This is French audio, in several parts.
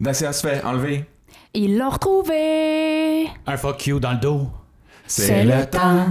Ben, c'est à se faire enlever. Il l'a retrouvé. Un fuck you dans le dos. C'est le temps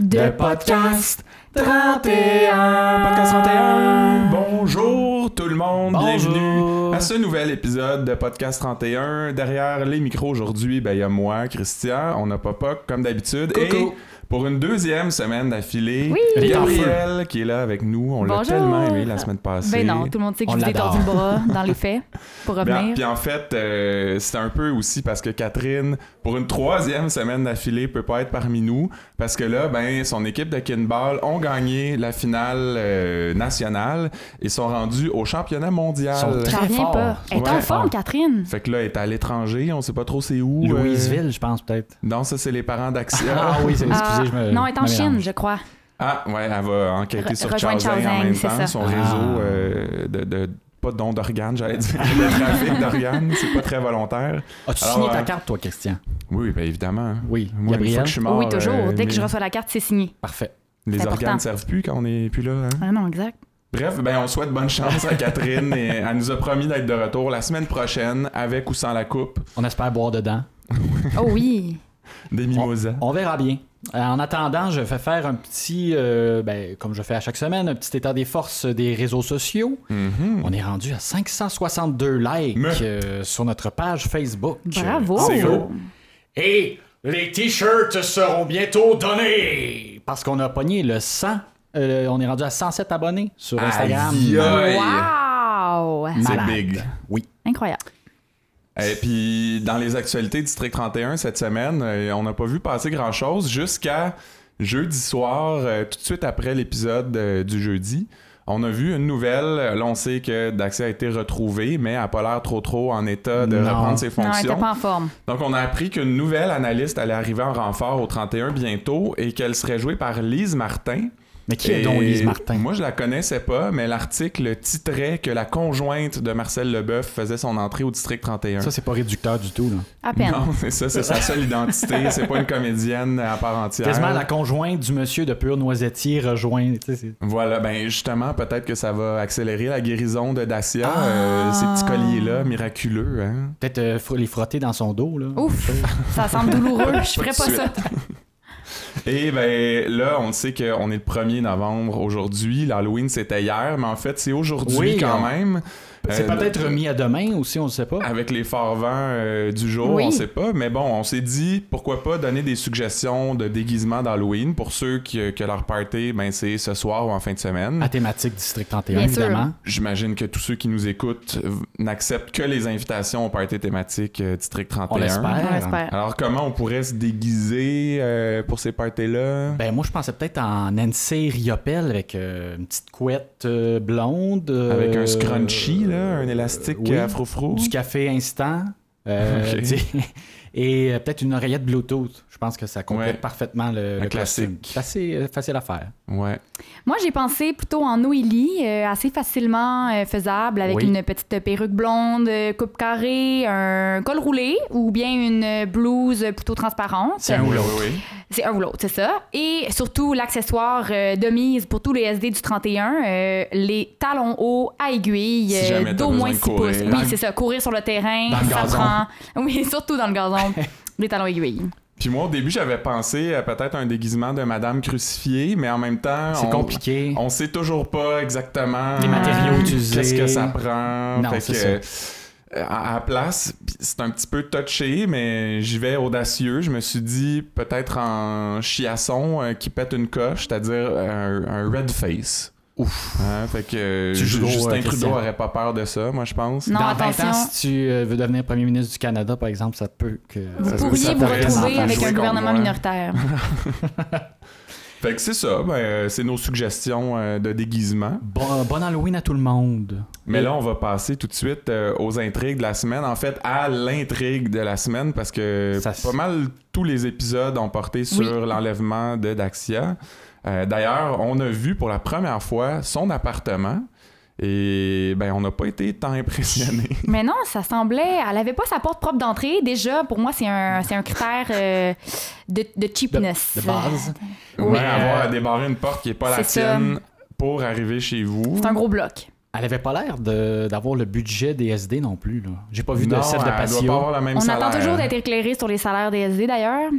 de podcast Ben 31. Podcast 31. Bonjour tout le monde, Bonjour. bienvenue à ce nouvel épisode de Podcast 31. Derrière les micros aujourd'hui, ben il y a moi, Christian, on a Popoc comme d'habitude Coucou. et pour une deuxième semaine d'affilée, Oui. Elle est en Gabriel qui est là avec nous. On l'a Bonjour. tellement aimé la semaine passée. Ben non, tout le monde sait que On je vous ai l'adore. tordu le bras dans les faits pour Ben, revenir. Puis en fait, euh, c'est un peu aussi parce que Catherine, pour une troisième semaine d'affilée, peut pas être parmi nous parce que là, ben, son équipe de kinball ont gagné la finale euh, nationale et sont rendus au championnat mondial. Sont très- J'en reviens fort. pas. Elle est en Ouais. forme, Catherine. Fait que là, elle est à l'étranger, on sait pas trop c'est où. euh, Louisville, je pense, peut-être. Non, ça c'est les parents d'Axia. Ah oui, c'est- Ah, excusez, je me. non, elle est en me Chine, mélange. je crois. Ah, ouais, elle va enquêter Re- sur rejoindre Chaozhen en Chaozhen, même c'est temps, ça. son Ah. réseau euh, de, de- pas de dons d'organes, j'allais dire, de trafic d'organes, c'est pas très volontaire. As-tu Alors, signé ta euh, carte, toi, Christian? Oui, oui, ben évidemment. Oui. Moi, une fois Gabriel? que je suis mort, oui, toujours. euh, Dès que mes- je reçois la carte, c'est signé. Parfait. Les C'est organes important. ne servent plus quand on est plus là. hein. Ah non, exact. Bref, ben on souhaite bonne chance à Catherine et elle nous a promis d'être de retour la semaine prochaine avec ou sans la coupe On espère boire dedans. Oh oui. des mimosas. On verra bien. Euh, En attendant, je fais faire un petit, euh, ben, comme je fais à chaque semaine, un petit état des forces des réseaux sociaux. Mhm. On est rendu à 562 likes Mais- euh, sur notre page Facebook. Euh, Bravo. c'est gros. Et les t-shirts seront bientôt donnés! Parce qu'on a pogné le 100. euh, on est rendu à 107 abonnés sur Instagram. Aïe, aïe. Wow. C'est Malade. big. Oui. Incroyable. Et Eh, puis dans les actualités District 31 cette semaine, euh, on n'a pas vu passer grand-chose jusqu'à jeudi soir, euh, tout de suite après l'épisode euh, du jeudi. On a vu une nouvelle, Euh, là on sait que Daxia a été retrouvée, mais elle n'a pas l'air trop trop en état de Non. reprendre ses Non, elle fonctions. était pas en forme. Donc, on a appris qu'une nouvelle analyste allait arriver en renfort au 31 bientôt et qu'elle serait jouée par Lise Martin. Mais qui est Et donc Lise Martin? Moi, je la connaissais pas, mais l'article titrait que la conjointe de Marcel Leboeuf faisait son entrée au district 31. Ça, c'est pas réducteur du tout. Là. À peine. non, c'est ça, c'est sa seule identité. C'est pas une comédienne à part entière. Quasiment la conjointe du monsieur de Pure Noisettier rejoint. tu sais, c'est- Voilà, ben justement, peut-être que ça va accélérer la guérison de Dacia, Ah. euh, ces petits colliers-là miraculeux. Hein? Peut-être euh, fr- les frotter dans son dos. Là. Ouf. Ça semble douloureux. Je ferais Tout pas de ça. Et ben là, on le sait qu'on est le 1er novembre aujourd'hui. L'Halloween, c'était hier, mais en fait, c'est aujourd'hui Oui, quand on- même. C'est Euh, Ah, peut-être remis à demain aussi, on ne sait pas. Avec les forts vents euh, du jour, Oui. on sait pas. Mais bon, on s'est dit, pourquoi pas donner des suggestions de déguisements d'Halloween pour ceux qui, que leur party, ben, c'est ce soir ou en fin de semaine. À thématique District 31, Bien sûr. évidemment. J'imagine que tous ceux qui nous écoutent euh, n'acceptent que les invitations au party thématique euh, District 31. On l'espère. On espère. Alors, comment on pourrait se déguiser euh, pour ces parties-là? Ben, moi, je pensais peut-être en Nancy Riopelle avec euh, une petite couette euh, blonde. euh, Avec un scrunchie, là, un élastique euh, oui. afro-frou. Du café instant. euh, Ok. tu sais, Et euh, peut-être une oreillette Bluetooth. Je pense que ça complète Ouais. parfaitement le, le classique. costume. C'est assez euh, facile à faire. Ouais. Moi, j'ai pensé plutôt en Noélie, euh, assez facilement euh, faisable, avec Oui. une petite perruque blonde, euh, coupe carrée, un col roulé ou bien une euh, blouse plutôt transparente. C'est un ou Oui, l'autre. oui, oui. C'est un ou l'autre, c'est ça. Et surtout, l'accessoire euh, de mise pour tous les SD du 31, euh, les talons hauts à aiguille, Si jamais t'as d'au besoin moins de 6 courir. pouces. Dans Oui, le- c'est ça, courir sur le terrain, Dans le ça gazon. prend. Oui, surtout dans le gazon, les talons aiguilles. Puis moi, au début, j'avais pensé à peut-être un déguisement de Madame Crucifiée, mais en même temps, C'est Ah, on, compliqué. on sait toujours pas exactement Les matériaux euh, utilisés. Qu'est-ce que ça prend. Non, Fait c'est que, euh, À, à place, puis c'est un petit peu touché, mais j'y vais audacieux. Je me suis dit peut-être en chiasson euh, qui pète une coche, c'est-à-dire un, un red face. Ouf. fait que euh, Tu Ju- joues gros, euh, Justin Christian. Trudeau aurait pas peur de ça, moi je pense. Non, Dans 20 attention. ans, si tu euh, veux devenir premier ministre du Canada, par exemple, ça peut que. Vous Ça- ça pourriez vous pourrait retrouver s'en avec jouer un contre gouvernement moi. minoritaire. Fait que c'est ça, ben, euh, c'est nos suggestions euh, de déguisement. Bon, euh, bon Halloween à tout le monde. Mais là, on va passer tout de suite euh, aux intrigues de la semaine. En fait, à l'intrigue de la semaine, parce que Ça se- pas mal tous les épisodes ont porté sur Oui. l'enlèvement de Daxia. Euh, D'ailleurs, on a vu pour la première fois son appartement. Et ben, on n'a pas été tant impressionnés. Mais non, ça semblait. Elle avait pas sa porte propre d'entrée. Déjà, pour moi, c'est un, c'est un critère euh, de, de de, cheapness. de base. Ouais, Oui. euh, avoir à débarrer une porte qui n'est pas la C'est ça. tienne pour arriver chez vous. C'est un gros bloc. Elle avait pas l'air de- d'avoir le budget des SD non plus. là. J'ai pas vu non, de set de elle doit pas patio. avoir la même On salaire. attend toujours d'être éclairé sur les salaires des SD d'ailleurs.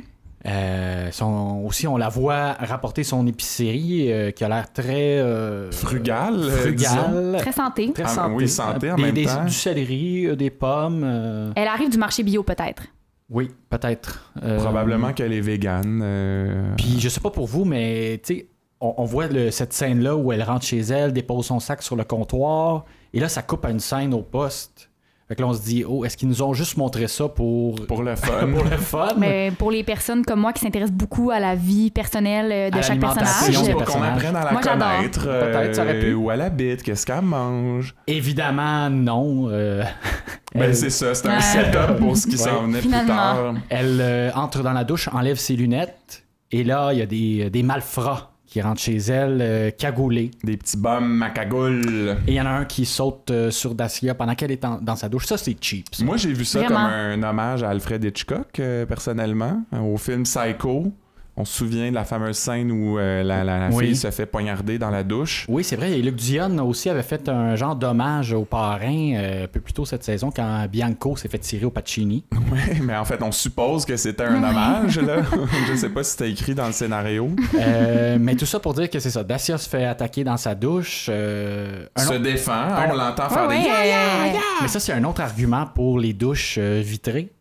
Euh, son- aussi, on la voit rapporter son épicerie euh, qui a l'air très euh, Frugal, euh, disons. frugale, Très santé. très Ah, santé. oui, santé en Des- même des- temps. Du céleri, euh, des pommes. euh, Elle arrive du marché bio peut-être. oui, peut-être. Euh, Probablement qu'elle est végane. euh, Puis je sais pas pour vous, mais tu sais, on, on voit le- cette scène-là où elle rentre chez elle, dépose son sac sur le comptoir, et là, ça coupe à une scène au poste. Fait que là, on se dit, oh, est-ce qu'ils nous ont juste montré ça pour, pour le fun. pour le fun? Mais pour les personnes comme moi qui s'intéressent beaucoup à la vie personnelle euh, de À chaque l'alimentation. personnage, Des pour qu'on personnages. apprenne à la Moi, j'adore. connaître. euh, Peut-être, ça aurait pu. Où elle habite, qu'est-ce qu'elle mange. Évidemment, non. euh, Ben, elle- c'est ça, c'est un Ouais. setup pour ce qui Ouais. s'en venait plus Finalement. tard. Elle euh, entre dans la douche, enlève ses lunettes, et là, il y a des, euh, des malfrats qui rentrent chez elle, euh, cagoulés. Des petits bums macagoules. Et il y en a un qui saute euh, sur Dacia pendant qu'elle est en- dans sa douche. Ça, c'est cheap. ça. Moi, j'ai vu ça Vraiment. comme un hommage à Alfred Hitchcock, euh, personnellement, euh, au film Psycho. On se souvient de la fameuse scène où euh, la, la- la Oui. fille se fait poignarder dans la douche. Oui, c'est vrai. Et Luc Dion aussi avait fait un genre d'hommage au parrain euh, un peu plus tôt cette saison quand Bianco s'est fait tirer au Pacini. Ouais, mais en fait, on suppose que c'était un hommage, là. Je sais pas si c'était écrit dans le scénario. Euh, mais tout ça pour dire que c'est ça. Dacia se fait attaquer dans sa douche. euh, un se autre- défend, Un- on l'entend Ouais, faire ouais, des... euh, Mais ça, c'est un autre argument pour les douches euh, vitrées.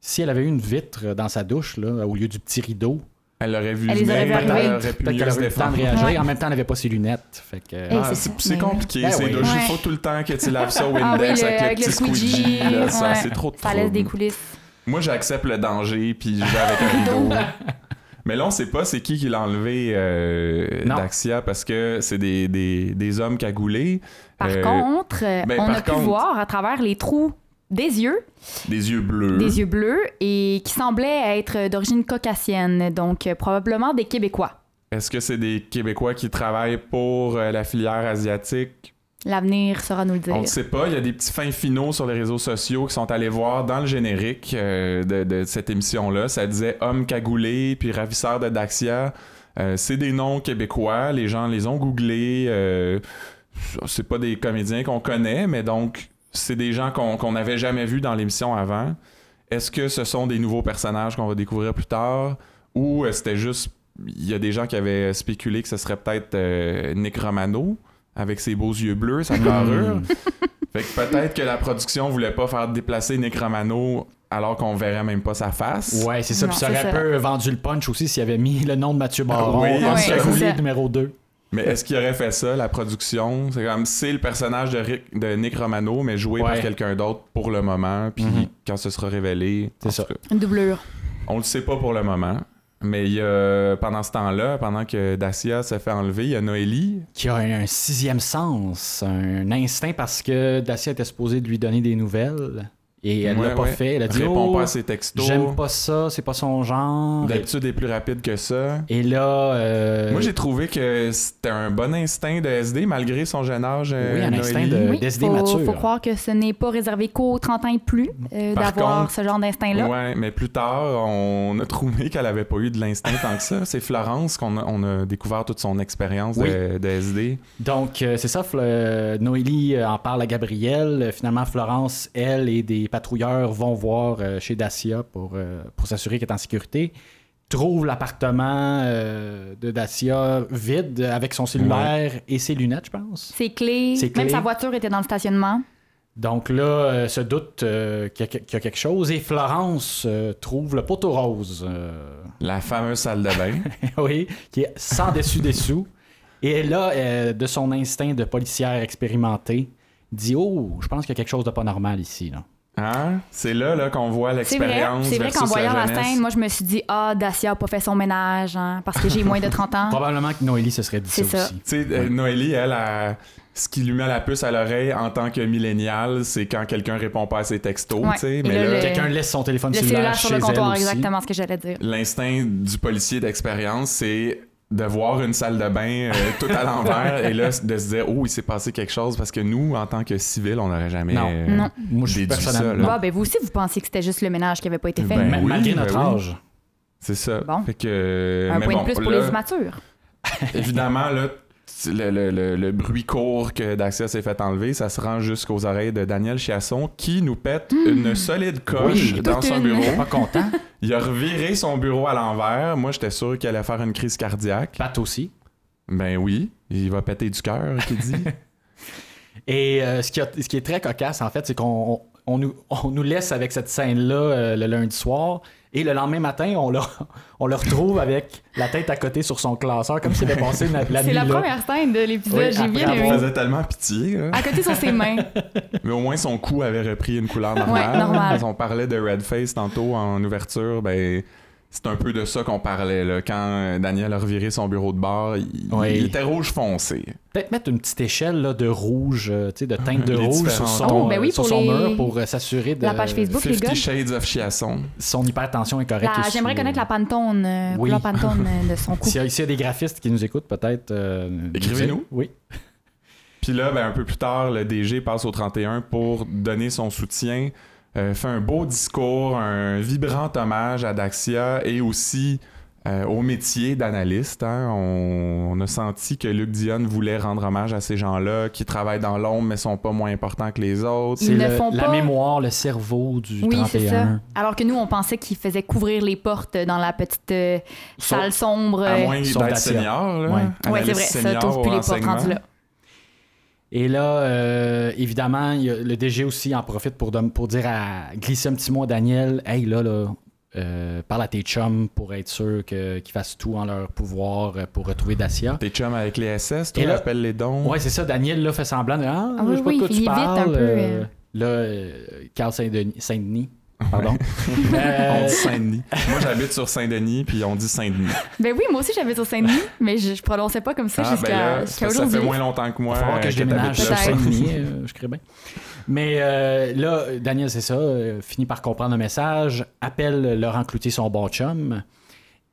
Si elle avait eu une vitre dans sa douche, là, au lieu du petit rideau, Elle l'aurait vu Elle les venir, aurait peut-être arrivées. elle aurait pu peut-être mieux qu'elle se aurait eu le temps de défendre. réagir. Ouais. En même temps, elle n'avait pas ses lunettes. Fait que, Eh, Ah, c'est c'est ça, c'est mais- compliqué, Ben ces oui. douches. Il Ouais. faut tout le temps que tu laves ça au Ah oui, Windex le- avec, avec le petit squeegee. là, ça, ouais. c'est trop de Ça laisse trouble. des coulisses. Moi, j'accepte le danger, puis je vais avec un rideau. Mais là, on sait pas c'est qui qui l'a enlevé euh, Non. d'Axia, parce que c'est des, des, des hommes cagoulés. Par euh, contre, euh, ben, on par a pu contre- voir à travers les trous des yeux, Des yeux bleus. des yeux bleus, et qui semblaient être d'origine caucasienne, donc euh, probablement des Québécois. Est-ce que c'est des Québécois qui travaillent pour euh, la filière asiatique? L'avenir saura nous le dire. On ne sait pas. Il y a des petits fins finaux sur les réseaux sociaux qui sont allés voir dans le générique euh, de, de cette émission-là. Ça disait homme cagoulé, puis ravisseur de Daxia. Euh, c'est des noms québécois. Les gens les ont googlés. Euh, c'est pas des comédiens qu'on connaît, mais donc c'est des gens qu'on qu'on n'avait jamais vus dans l'émission avant. Est-ce que ce sont des nouveaux personnages qu'on va découvrir plus tard? Ou euh, c'était juste. Il y a des gens qui avaient spéculé que ce serait peut-être euh, Nick Romano avec ses beaux yeux bleus, Hmm. sa carrure. fait que peut-être que la production voulait pas faire déplacer Nick Romano alors qu'on verrait même pas sa face. Ouais, c'est ça. Non, Puis ça c'est aurait un ça. peu vendu le punch aussi s'il avait mis le nom de Mathieu Baron. Ah oui, dans ouais, le hein, c'est cagoulé ça. numéro 2. Mais est-ce qu'il aurait fait ça, la production C'est comme c'est le personnage de, Rick- de Nick Romano, mais joué par Ouais. quelqu'un d'autre pour le moment. Puis Mhm. quand ce sera révélé, C'est en ça. tout cas, Une doublure. on le sait pas pour le moment. Mais il y a- pendant ce temps-là, pendant que Dacia se fait enlever, il y a Noélie. qui a un, un sixième sens, un instinct parce que Dacia était supposée de lui donner des nouvelles et elle Ouais, l'a pas ouais. fait. Elle a dit répond oh, pas à ses textos. j'aime pas ça, c'est pas son genre. D'habitude, elle est plus rapide que ça. Et là, euh, Moi, j'ai trouvé que c'était un bon instinct de SD, malgré son jeune âge. Oui, un instinct Noélie. de- Euh, Oui, d'SD faut, mature. faut croire que ce n'est pas réservé qu'aux 30 ans et plus euh, Par d'avoir contre, ce genre d'instinct-là. Ouais, mais plus tard, on a trouvé qu'elle avait pas eu de l'instinct tant que ça. C'est Florence qu'on a, on a découvert toute son expérience de, de SD. donc euh, c'est ça. Fl- euh, Noélie euh, en parle à Gabrielle. Euh, Finalement, Florence, elle et des patrouilleurs vont voir euh, chez Dacia pour euh, pour s'assurer qu'elle est en sécurité. Trouve l'appartement euh, de Dacia vide avec son cellulaire et ses lunettes, je pense. Ses clés, Ses même clés. sa voiture était dans le stationnement. Donc là, euh, se doute euh, qu'il y, a que- qu'il y a quelque chose et Florence euh, trouve le poteau rose, euh, La fameuse salle de bain. oui, qui est sans dessus dessous. Et là, euh, de son instinct de policière expérimentée, dit Oh, je pense qu'il y a quelque chose de pas normal ici. Là. Hein? C'est là, là qu'on voit C'est vrai, l'expérience. c'est vrai versus qu'en voyant la jeunesse. scène, moi je me suis dit ah Dacia a pas fait son ménage hein, parce que j'ai moins de 30 ans. Probablement que Noélie se serait dit ça, Ah. C'est ça. aussi. Tu sais, euh, Noélie, elle, elle, ce qui lui met la puce à l'oreille en tant que millénial, c'est quand quelqu'un répond pas à ses textos, Ouais. tu sais. Et Mais là, là, le- Quelqu'un laisse son téléphone Le cellulaire cellulaire chez sur le comptoir, elle aussi. exactement ce que j'allais dire. l'instinct du policier d'expérience, c'est de voir une salle de bain euh, tout à l'envers et là de se dire oh il s'est passé quelque chose parce que nous en tant que civil on n'aurait jamais Non. euh, Non. Moi, je suis déduit ça, personnellement- là. Bah, ben vous aussi vous pensiez que c'était juste le ménage qui avait pas été fait. Ben Ma- oui, malgré ben notre oui. âge. c'est ça Bon. fait que euh, Un mais point bon de plus pour là, les immatures. évidemment là le, le- le- le bruit court que Daxia s'est fait enlever, ça se rend jusqu'aux oreilles de Daniel Chiasson qui nous pète une solide coche Oui, dans Hmm. toute son une. bureau. Pas content. Il a reviré son bureau à l'envers. Moi, j'étais sûr qu'il allait faire une crise cardiaque. Pat aussi. Ben oui, il va péter du cœur, qui dit. Et euh, ce, qui a- ce qui est très cocasse, en fait, c'est qu'on on- on nous, on nous laisse avec cette scène-là euh, le lundi soir. Et le lendemain matin, on le, on le retrouve avec la tête à côté sur son classeur, comme s'il avait passé la, la C'est nuit. la là. première scène de l'épisode, Oui, j'ai Il bien après avoir- aimé. faisait tellement pitié. là. À côté sur ses mains. Mais au moins, son cou avait repris une couleur normale. Ouais, normal. Parce qu'on parlait de Red Face tantôt en ouverture. Ben, c'est un peu de ça qu'on parlait. Là. Quand euh, Daniel a reviré son bureau de bord, il, Oui. il était rouge foncé. Peut-être mettre une petite échelle là, de rouge, euh, tu sais, de teinte de Les rouge sur différents son, tons. Oh, ben euh, oui, sur pour son les- mur pour euh, s'assurer de La page Facebook, les gars. Fifty Shades of Chiasson. son hypertension est correcte. La- aussi, J'aimerais là. connaître la pantone, euh, Oui. couleur pantone euh, de son cou. S'il y, a- s'il y a des graphistes qui nous écoutent, peut-être. euh, nous Écrivez-nous. dire. Oui. Puis là, ben, un peu plus tard, le DG passe au 31 pour donner son soutien, euh, fait un beau discours, un vibrant hommage à Daxia et aussi euh, au métier d'analyste. hein. On, on a senti que Luc Dionne voulait rendre hommage à ces gens-là qui travaillent dans l'ombre mais sont pas moins importants que les autres. Ils C'est ne le- font la pas- mémoire, le cerveau du Oui, c'est ça. 31. Alors que nous, on pensait qu'il faisait couvrir les portes dans la petite euh, Sauf- salle sombre. À euh, moins Sauf d'être Daxia. senior, là. Ouais. Ouais, Ouais, c'est Analyste vrai, ça senior t'ouvre au plus les portes renseignement. rendues là. Et là, euh, évidemment, il y a- le DG aussi en profite pour, dom- pour dire à glisser un petit mot à Daniel Hey, là, là, euh, parle à tes chums pour être sûr que- qu'ils fassent tout en leur pouvoir euh, pour retrouver Dacia. T'es chum avec les SS, toi, Et là- appelle les dons. Ouais, c'est ça. Daniel, là, fait semblant de. Ah, Ah oui, je sais pas de oui, quoi il tu évite parles. un peu, euh, euh. Là, euh, Carl Saint-Denis. Saint-Denis, pardon. On Euh, dit Saint-Denis. Moi, j'habite sur Saint-Denis, puis on dit Saint-Denis. Ben oui, moi aussi j'avais sur Saint-Denis, mais je, je prononçais pas comme ça Ah, ben jusqu'à là, ça jusqu'à fait aujourd'hui. moins longtemps que moi. Il va falloir euh, que je t'habites déménage là. sur peut-être. Saint-Denis, euh, je crée bien. Mais euh, là, Daniel, c'est ça, euh, finit par comprendre le message, appelle Laurent Cloutier, son bon chum,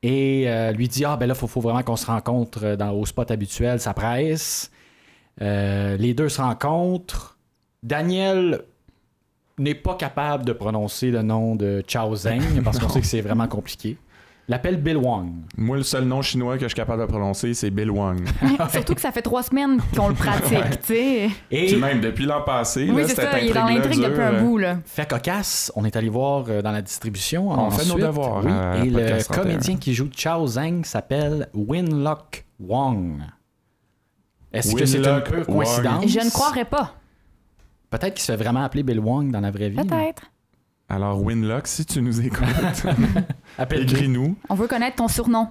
et euh, lui dit Ah, ben là, faut, faut vraiment qu'on se rencontre euh, dans, au spot habituel, ça presse. Euh, les deux se rencontrent. Daniel n'est pas capable de prononcer le nom de Chao Zeng parce qu'on sait que c'est vraiment compliqué. L'appelle Bill Wong. Moi, le seul nom chinois que je suis capable de prononcer, c'est Bill Wang. Surtout que ça fait trois semaines qu'on le pratique, tu sais. Et Puis même depuis l'an passé, Oui, là, c'est cette ça, il est dans intrigue-là l'intrigue dure, depuis un euh, bout, là. Fait cocasse, on est allé voir euh, dans la distribution. On fait nos ensuite. devoirs, Oui, euh, et le Podcast 31. comédien qui joue Chao Zhang s'appelle Winlock Wong. Est-ce que c'est une Winlock pure Wong. coïncidence? Je ne croirais pas. Peut-être qu'il se fait vraiment appeler Bill Wong dans la vraie vie. mais- Peut-être. euh, Alors, Winlock, si tu nous écoutes, Appelle-lui. écris-nous. On veut connaître ton surnom.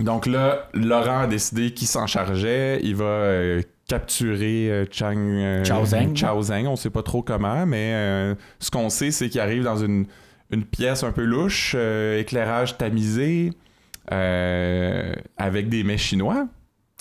Donc là, Laurent a décidé qu'il s'en chargeait. Il va euh, capturer euh, Chang, euh, Chao Zheng. Chao Zheng. On sait pas trop comment, mais euh, ce qu'on sait, c'est qu'il arrive dans une, une pièce un peu louche, euh, éclairage tamisé, euh, avec des mets chinois.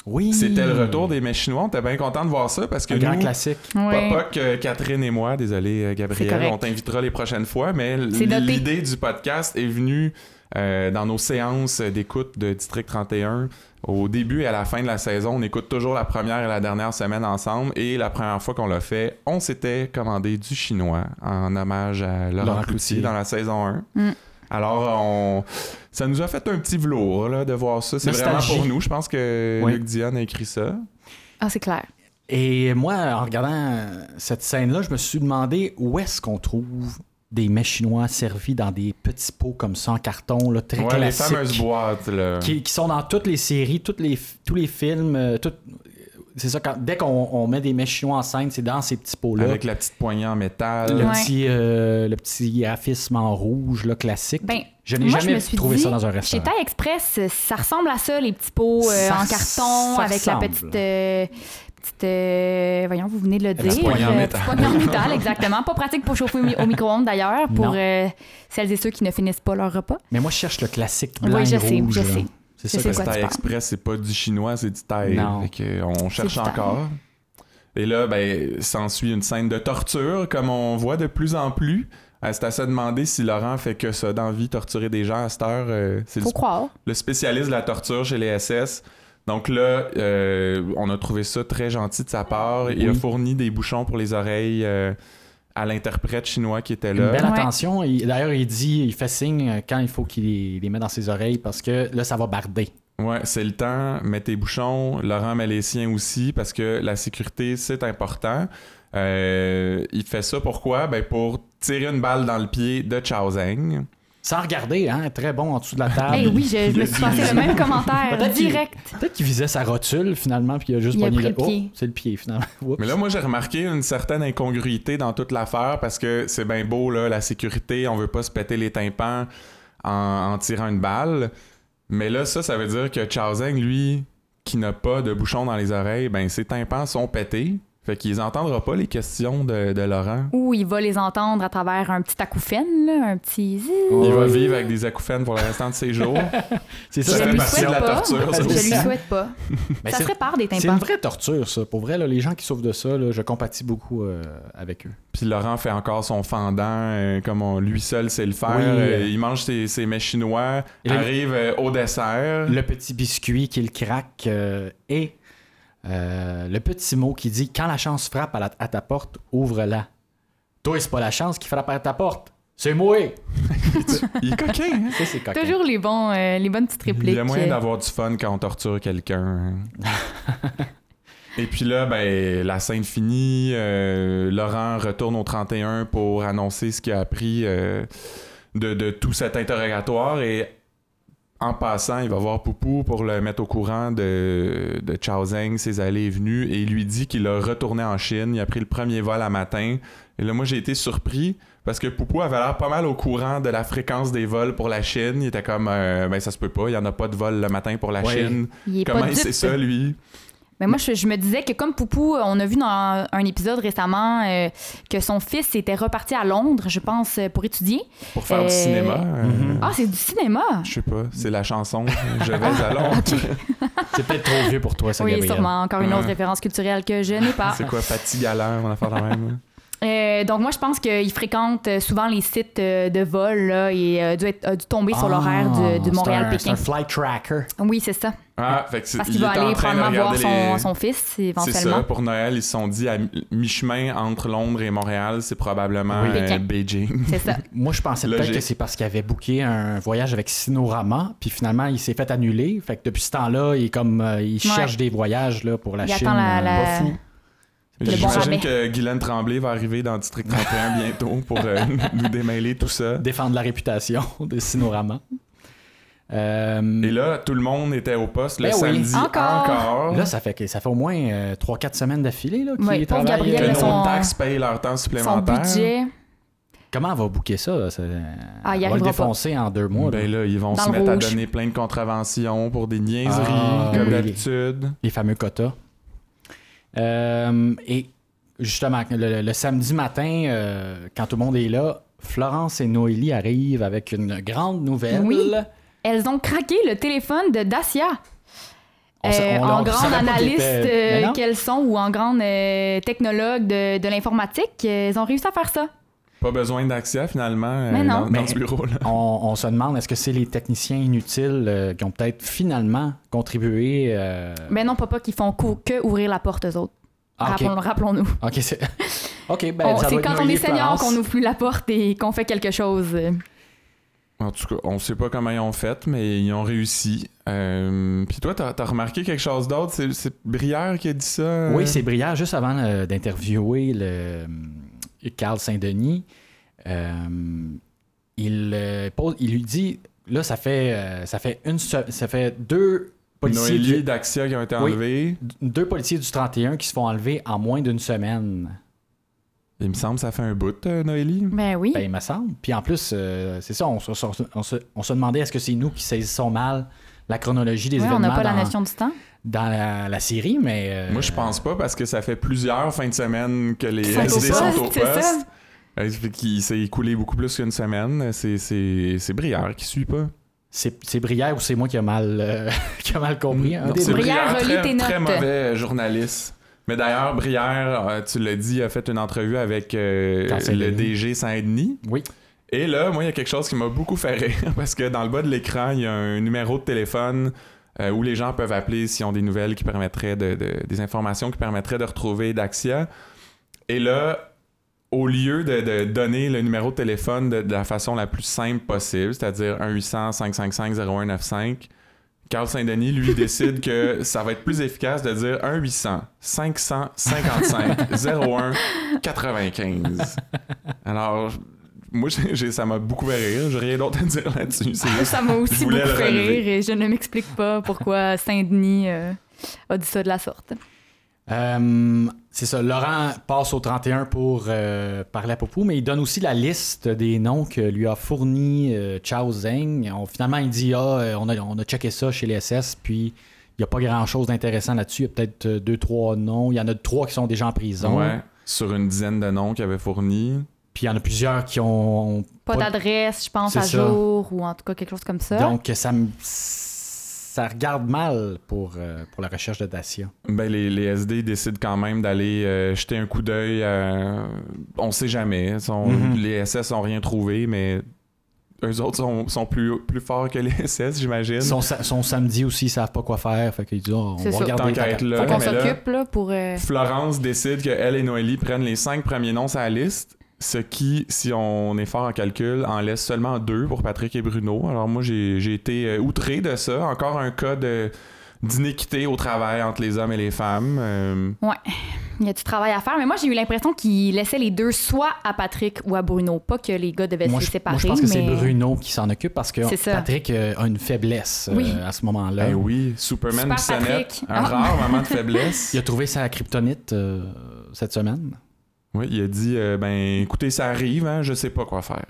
Oui. C'était le retour des mets chinois. On était bien content de voir ça parce que Un grand nous, classique. Ouais. Pas que Catherine et moi, désolé euh, C'est Gabriel, correct. on t'invitera les prochaines fois, mais l- C'est noté. l'idée du podcast est venue euh, dans nos séances d'écoute de District 31. Au début et à la fin de la saison, on écoute toujours la première et la dernière semaine ensemble. Et la première fois qu'on l'a fait, on s'était commandé du chinois en hommage à Laurent, Laurent Cloutier. Cloutier dans la saison 1. Mm. Alors, on- ça nous a fait un petit velours là, de voir ça. C'est vraiment Nostalgie. pour nous. Je pense que Oui. Luc Dion a écrit ça. Ah, c'est clair. Et moi, en regardant euh, cette scène-là, je me suis demandé où est-ce qu'on trouve des mets chinois servis dans des petits pots comme ça en carton, là, très Ouais, les classiques. fameuses boîtes. Là. qui, qui sont dans toutes les séries, toutes les, tous les films. euh, tout- c'est ça, quand, dès qu'on on met des mets chinois en scène, c'est dans ces petits pots-là. Avec la petite poignée en métal. Le, Ouais. petit, euh, le petit graphisme en rouge, là, classique. Ben, je n'ai Moi, je jamais me suis trouvé dit, ça dans un chez restaurant. Thaï Express, ça ressemble à ça, les petits pots euh, Ça en carton ça avec ressemble. la petite. euh, petite euh, voyons, vous venez de le petite dire. poignée en euh, métal. petite poignée en métal, exactement. Pas pratique pour chauffer au mi- au micro-ondes d'ailleurs, Non. pour euh, celles et ceux qui ne finissent pas leur repas. Mais moi, je cherche le classique Oui, blanc je et sais, rouge. je là. sais. C'est Je ça sais Parce que quoi que tu Thai parles. Express, c'est pas du chinois, c'est du Thaï. Non. Fait que euh, on cherche du Thaï. encore. Et là, ben, s'ensuit une scène de torture, comme on voit de plus en plus. Euh, C'est à se demander si Laurent fait que ça d'envie, torturer des gens à cette heure. euh, c'est le, Faut croire. le spécialiste de la torture chez les SS. Donc là, euh, on a trouvé ça très gentil de sa part. Il a Oui. fourni des bouchons pour les oreilles euh, à l'interprète chinois qui était Une là. belle Ouais. attention. euh, Il- D'ailleurs, il dit, il fait signe quand il faut qu'il les, les mette dans ses oreilles parce que là, ça va barder. Ouais, c'est le temps. Mettez bouchons. Laurent Malessien aussi, parce que la sécurité, c'est important. Euh, il fait ça pourquoi? Ben pour tirer une balle dans le pied de Chao Zheng. Sans regarder, hein, très bon en dessous de la table. Eh oui, je, je me suis passé le même commentaire Ah Peut-être qu'il- direct. Peut-être qu'il visait sa rotule finalement, puis il a juste Il a pogné pris le. le pied. Oh, c'est le pied finalement. Oups. Mais là, moi, j'ai remarqué une certaine incongruité dans toute l'affaire parce que c'est bien beau, là, la sécurité, on veut pas se péter les tympans en, en tirant une balle. Mais là, ça, ça veut dire que Chao Zheng, lui, qui n'a pas de bouchon dans les oreilles, ben ses tympans sont pétés. Fait qu'il entendra pas les questions de, de Laurent. Ou il va les entendre à travers un petit acouphène, là, un petit... zi. Il va vivre avec des acouphènes pour le restant de ses jours. c'est Ça Je fait lui partie de souhaite la pas. torture, ça Je aussi. lui souhaite pas. Mais ça c'est- se répare des C'est une tympans. vraie torture, ça. Pour vrai, là, les gens qui souffrent de ça, là, je compatis beaucoup euh, avec eux. Puis Laurent fait encore son fendant euh, comme on, lui seul sait le faire. Oui. Euh, il mange ses, ses mets chinois, Et le- arrive euh, au dessert. Hum. Le petit biscuit qu'il craque euh, et euh, le petit mot qui dit Quand la chance frappe à, la- à ta porte, ouvre-la. Toi, c'est pas la chance qui frappe à ta porte. C'est moi. Il est coquin, hein? Ça, c'est coquin. Toujours les, bons, euh, les bonnes petites répliques. euh, Il y a moyen d'avoir du fun quand on torture quelqu'un. hein? Et puis là, ben, la scène finie. euh, Laurent retourne au 31 pour annoncer ce qu'il a appris euh, de, de tout cet interrogatoire. Et en passant, il va voir Poupou pour le mettre au courant de, de Chao Zheng, ses allées et venues. Et il lui dit qu'il a retourné en Chine. Il a pris le premier vol à matin. Et là, moi, j'ai été surpris parce que Poupou avait l'air pas mal au courant de la fréquence des vols pour la Chine. Il était comme, euh, ben ça se peut pas, il y en a pas de vol le matin pour la Ouais. Chine. Il est pas Comment il dupe. sait ça, lui? Mais moi, je, je me disais que comme Poupou, euh, on a vu dans un épisode récemment euh, que son fils était reparti à Londres, je pense, euh, pour étudier. Pour faire Euh, du cinéma? euh, mhm. Ah, c'est du cinéma! Je sais pas, c'est la chanson Je vais Ah, à Londres. C'est peut-être trop vieux pour toi, ça, Oui, Gabriel. sûrement. Encore une autre Ouais. référence culturelle que je n'ai pas. C'est quoi, Patty Galère, on va faire la même? Euh, donc, moi, je pense qu'il fréquente euh, souvent les sites euh, de vol là, et euh, dû être- a dû tomber sur Ah, l'horaire du- c'est du un- C'est Montréal-Pékin. un flight tracker. Oui, c'est ça. Ah, fait que c'est- Parce il qu'il va était en aller train de probablement voir regarder son, les- son fils, euh, C'est éventuellement. ça, pour Noël, ils se sont dit à mi- mi-chemin entre Londres et Montréal, c'est probablement Oui. euh, Pékin. Beijing. C'est ça. Moi, je pensais peut-être Logique. que c'est parce qu'il avait booké un voyage avec Sinorama, puis finalement, il s'est fait annuler. Fait que depuis ce temps-là, il, est comme, euh, il cherche des voyages là, pour la Il Chine. attend la- euh, la- Pas fou. Le bon J'imagine rabais. que Guylaine Tremblay va arriver dans District 31 bientôt pour euh, nous démêler tout ça. Défendre la réputation de Sinorama. Euh, Et là, tout le monde était au poste le Ben oui. samedi Encore. encore. Là, ça fait, que- ça fait au moins euh, 3-4 semaines d'affilée là, qu'il Ouais, est pauvre Gabriel, que là, nos son- taxes payent leur temps Son supplémentaire. budget. Comment on va booker ça? ça... Ah, il on va le arrivera pas. défoncer en deux mois. là. Ben là, ils vont Dans se le mettre à rouge. donner plein de contraventions pour des niaiseries, Ah, comme oui. d'habitude. les fameux quotas. Euh, et justement, le, le samedi matin, euh, quand tout le monde est là, Florence et Noélie arrivent avec une grande nouvelle. Oui. Elles ont craqué le téléphone de Dacia. On sa- Euh, on- en on grande savait pas qu'il analyste était- euh, Mais non. qu'elles sont ou en grande euh, technologue de, de l'informatique, elles ont réussi à faire ça. Pas besoin d'Axia, finalement, Mais euh, non. Ben, dans, dans Mais- ce bureau-là. On, on se demande est-ce que c'est les techniciens inutiles euh, qui ont peut-être finalement contribué. euh, Mais non, papa, qu'ils font cou- que ouvrir la porte aux autres. ah, ok. Rappelons- Rappelons-nous. Ok, c'est. Ok, ben, On- ça Oh, C'est doit être quand on Noélie est et senior Florence. qu'on n'ouvre plus la porte et qu'on fait quelque chose. En tout cas, on sait pas comment ils ont fait, mais ils ont réussi. Euh, Puis toi, t'as as remarqué quelque chose d'autre? C'est- C'est Brière qui a dit ça? euh? Oui, c'est Brière, juste avant euh, d'interviewer le euh, Carl Saint-Denis. euh, il, euh, pose- il lui dit là, ça fait, euh, ça fait, une se- ça fait deux, policiers Noélie du, d'Axia qui ont été Oui. enlevés. deux policiers du 31 qui se font enlever en moins d'une semaine. Il me semble que ça fait un bout, euh, Noélie. Ben oui. Ben, il me semble. Puis en plus, euh, c'est ça, on, se- on se- on se, on se demandait est-ce que c'est nous qui saisissons mal la chronologie des Ouais, on événements n'a pas la dans, notion du temps. dans la, la série, mais. euh, Moi, je pense pas parce que ça fait plusieurs fins de semaine que les Ils sont au SD poste, sont au c'est ça. poste. Euh, Ça fait qu'il s'est écoulé beaucoup plus qu'une semaine. C'est- C'est c'est Brière qui suit pas. C'est c'est Brière ou c'est moi qui a mal, euh, qui a mal compris. hein? Un Non, des c'est deux. Brière, Brière, relis très, tes très notes. mauvais journaliste. Mais d'ailleurs, Brière, euh, tu l'as dit, a fait une entrevue avec euh, Quand c'est le lui. DG Saint-Denis. Oui. Et là, moi, il y a quelque chose qui m'a beaucoup fait rire parce que dans le bas de l'écran, il y a un numéro de téléphone euh, où les gens peuvent appeler s'ils ont des nouvelles qui permettraient de, de- des informations qui permettraient de retrouver Daxia. Et là, au lieu de, de donner le numéro de téléphone de, de la façon la plus simple possible, c'est-à-dire 1 800 555 0195, Carl Saint-Denis, lui, décide que ça va être plus efficace de dire 1 800 555 01 95. Alors, moi, j'ai- j'ai- ça m'a beaucoup fait rire. J'ai rien d'autre à dire là-dessus. C'est juste- Ça m'a Je aussi beaucoup voulais le fait relever. rire et je ne m'explique pas pourquoi Saint-Denis euh, a dit ça de la sorte. Euh, c'est ça. Laurent passe au 31 pour euh, parler à Popou, mais il donne aussi la liste des noms que lui a fourni euh, Chao Zeng. On- finalement, il dit Ah, euh, on a, on a checké ça chez les SS, puis il n'y a pas grand-chose d'intéressant là-dessus. Il y a peut-être euh, deux, trois noms. Il y en a trois qui sont déjà en prison. Ouais, sur une dizaine de noms qu'il avait fournis. Puis il y en a plusieurs qui ont. ont Pas d'adresse, je pense, C'est à ça. jour ou en tout cas quelque chose comme ça. Donc, ça, me- ça regarde mal pour, euh, pour la recherche de Dacia. Ben, les, les SD décident quand même d'aller euh, jeter un coup d'œil. à- On sait jamais. Sont- Mhm. Les SS n'ont rien trouvé, mais eux autres sont, sont plus, plus forts que les SS, j'imagine. Son, sa- son samedi aussi, ils savent pas quoi faire. Fait qu'ils disent Ah, on C'est ça. va Tant regarder. qu'à être là, euh, Faut qu'on mais là, s'occupe là pour. euh, Florence décide que elle et Noélie prennent les cinq premiers noms sur la liste, ce qui, si on est fort en calcul, en laisse seulement deux pour Patrick et Bruno. Alors moi, j'ai j'ai été euh, outré de ça. Encore un cas de- d'inéquité au travail entre les hommes et les femmes. Euh, Il y a du travail à faire, mais moi j'ai eu l'impression qu'il laissait les deux soit à Patrick ou à Bruno, pas que les gars devaient Moi, se je, séparer. moi, je pense que c'est Ben, mais- Bruno qui s'en occupe parce que C'est ça. Patrick euh, a une faiblesse euh, Oui. à ce moment-là. Ben oui, Superman Super Bissonnette, Patrick. un Ah. rare moment de faiblesse. Il a trouvé sa kryptonite euh, cette semaine. Oui, il a dit euh, ben écoutez, ça arrive, hein, je sais pas quoi faire.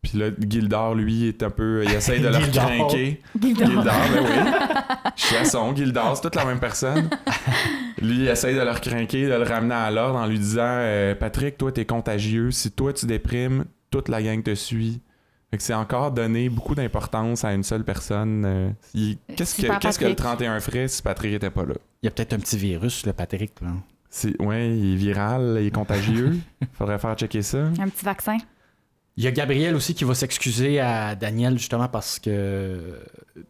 Puis là, Gildor, lui, est un peu. Il essaye de le Gildor. recrinquer. Gildor. Gildor, ben oui. Chasson, Gildor, c'est toute la même personne. Lui, il essaye de le recrinquer, de le ramener à l'ordre en lui disant euh, Patrick, toi, t'es contagieux. Si toi, tu déprimes, toute la gang te suit. Fait que c'est encore donner beaucoup d'importance à une seule personne. euh, il- Qu'est-ce que, Super qu'est-ce que le Patrick. 31 ferait si Patrick était pas là? Il y a peut-être un petit virus, le Patrick. là. C'est, ouais, il est viral, il est contagieux. Faudrait faire checker ça. Un petit vaccin. Il y a Gabriel aussi qui va s'excuser à Daniel justement parce que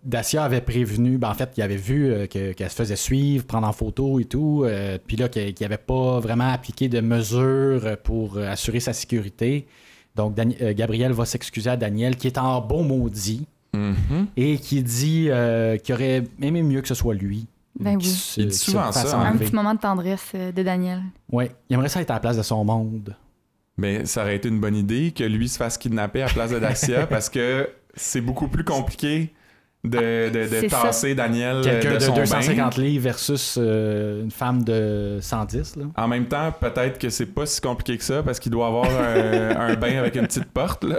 Dacia avait prévenu, ben en fait, il avait vu euh, que- qu'elle se faisait suivre, prendre en photo et tout, euh, puis là, qu'il n'avait pas vraiment appliqué de mesures pour euh, assurer sa sécurité. Donc, Dan- euh, Gabriel va s'excuser à Daniel qui est en bon maudit. Mhm. et qui dit euh, qu'il aurait aimé mieux que ce soit lui. Ben Qui oui. se- Il dit qui se souvent fasse ça, hein. Un enlever. petit moment de tendresse euh, de Daniel. Ouais, il aimerait ça être à la place de son monde. Mais Ben, ça aurait été une bonne idée que lui se fasse kidnapper à la place de Dacia parce que c'est beaucoup plus compliqué de, de, de Ah, C'est ça. tasser Daniel Quelqu'un Euh, de, de, son bain. 250 livres versus euh, une femme de 110. Là. En même temps, peut-être que c'est pas si compliqué que ça parce qu'il doit avoir un, un bain avec une petite porte. Là.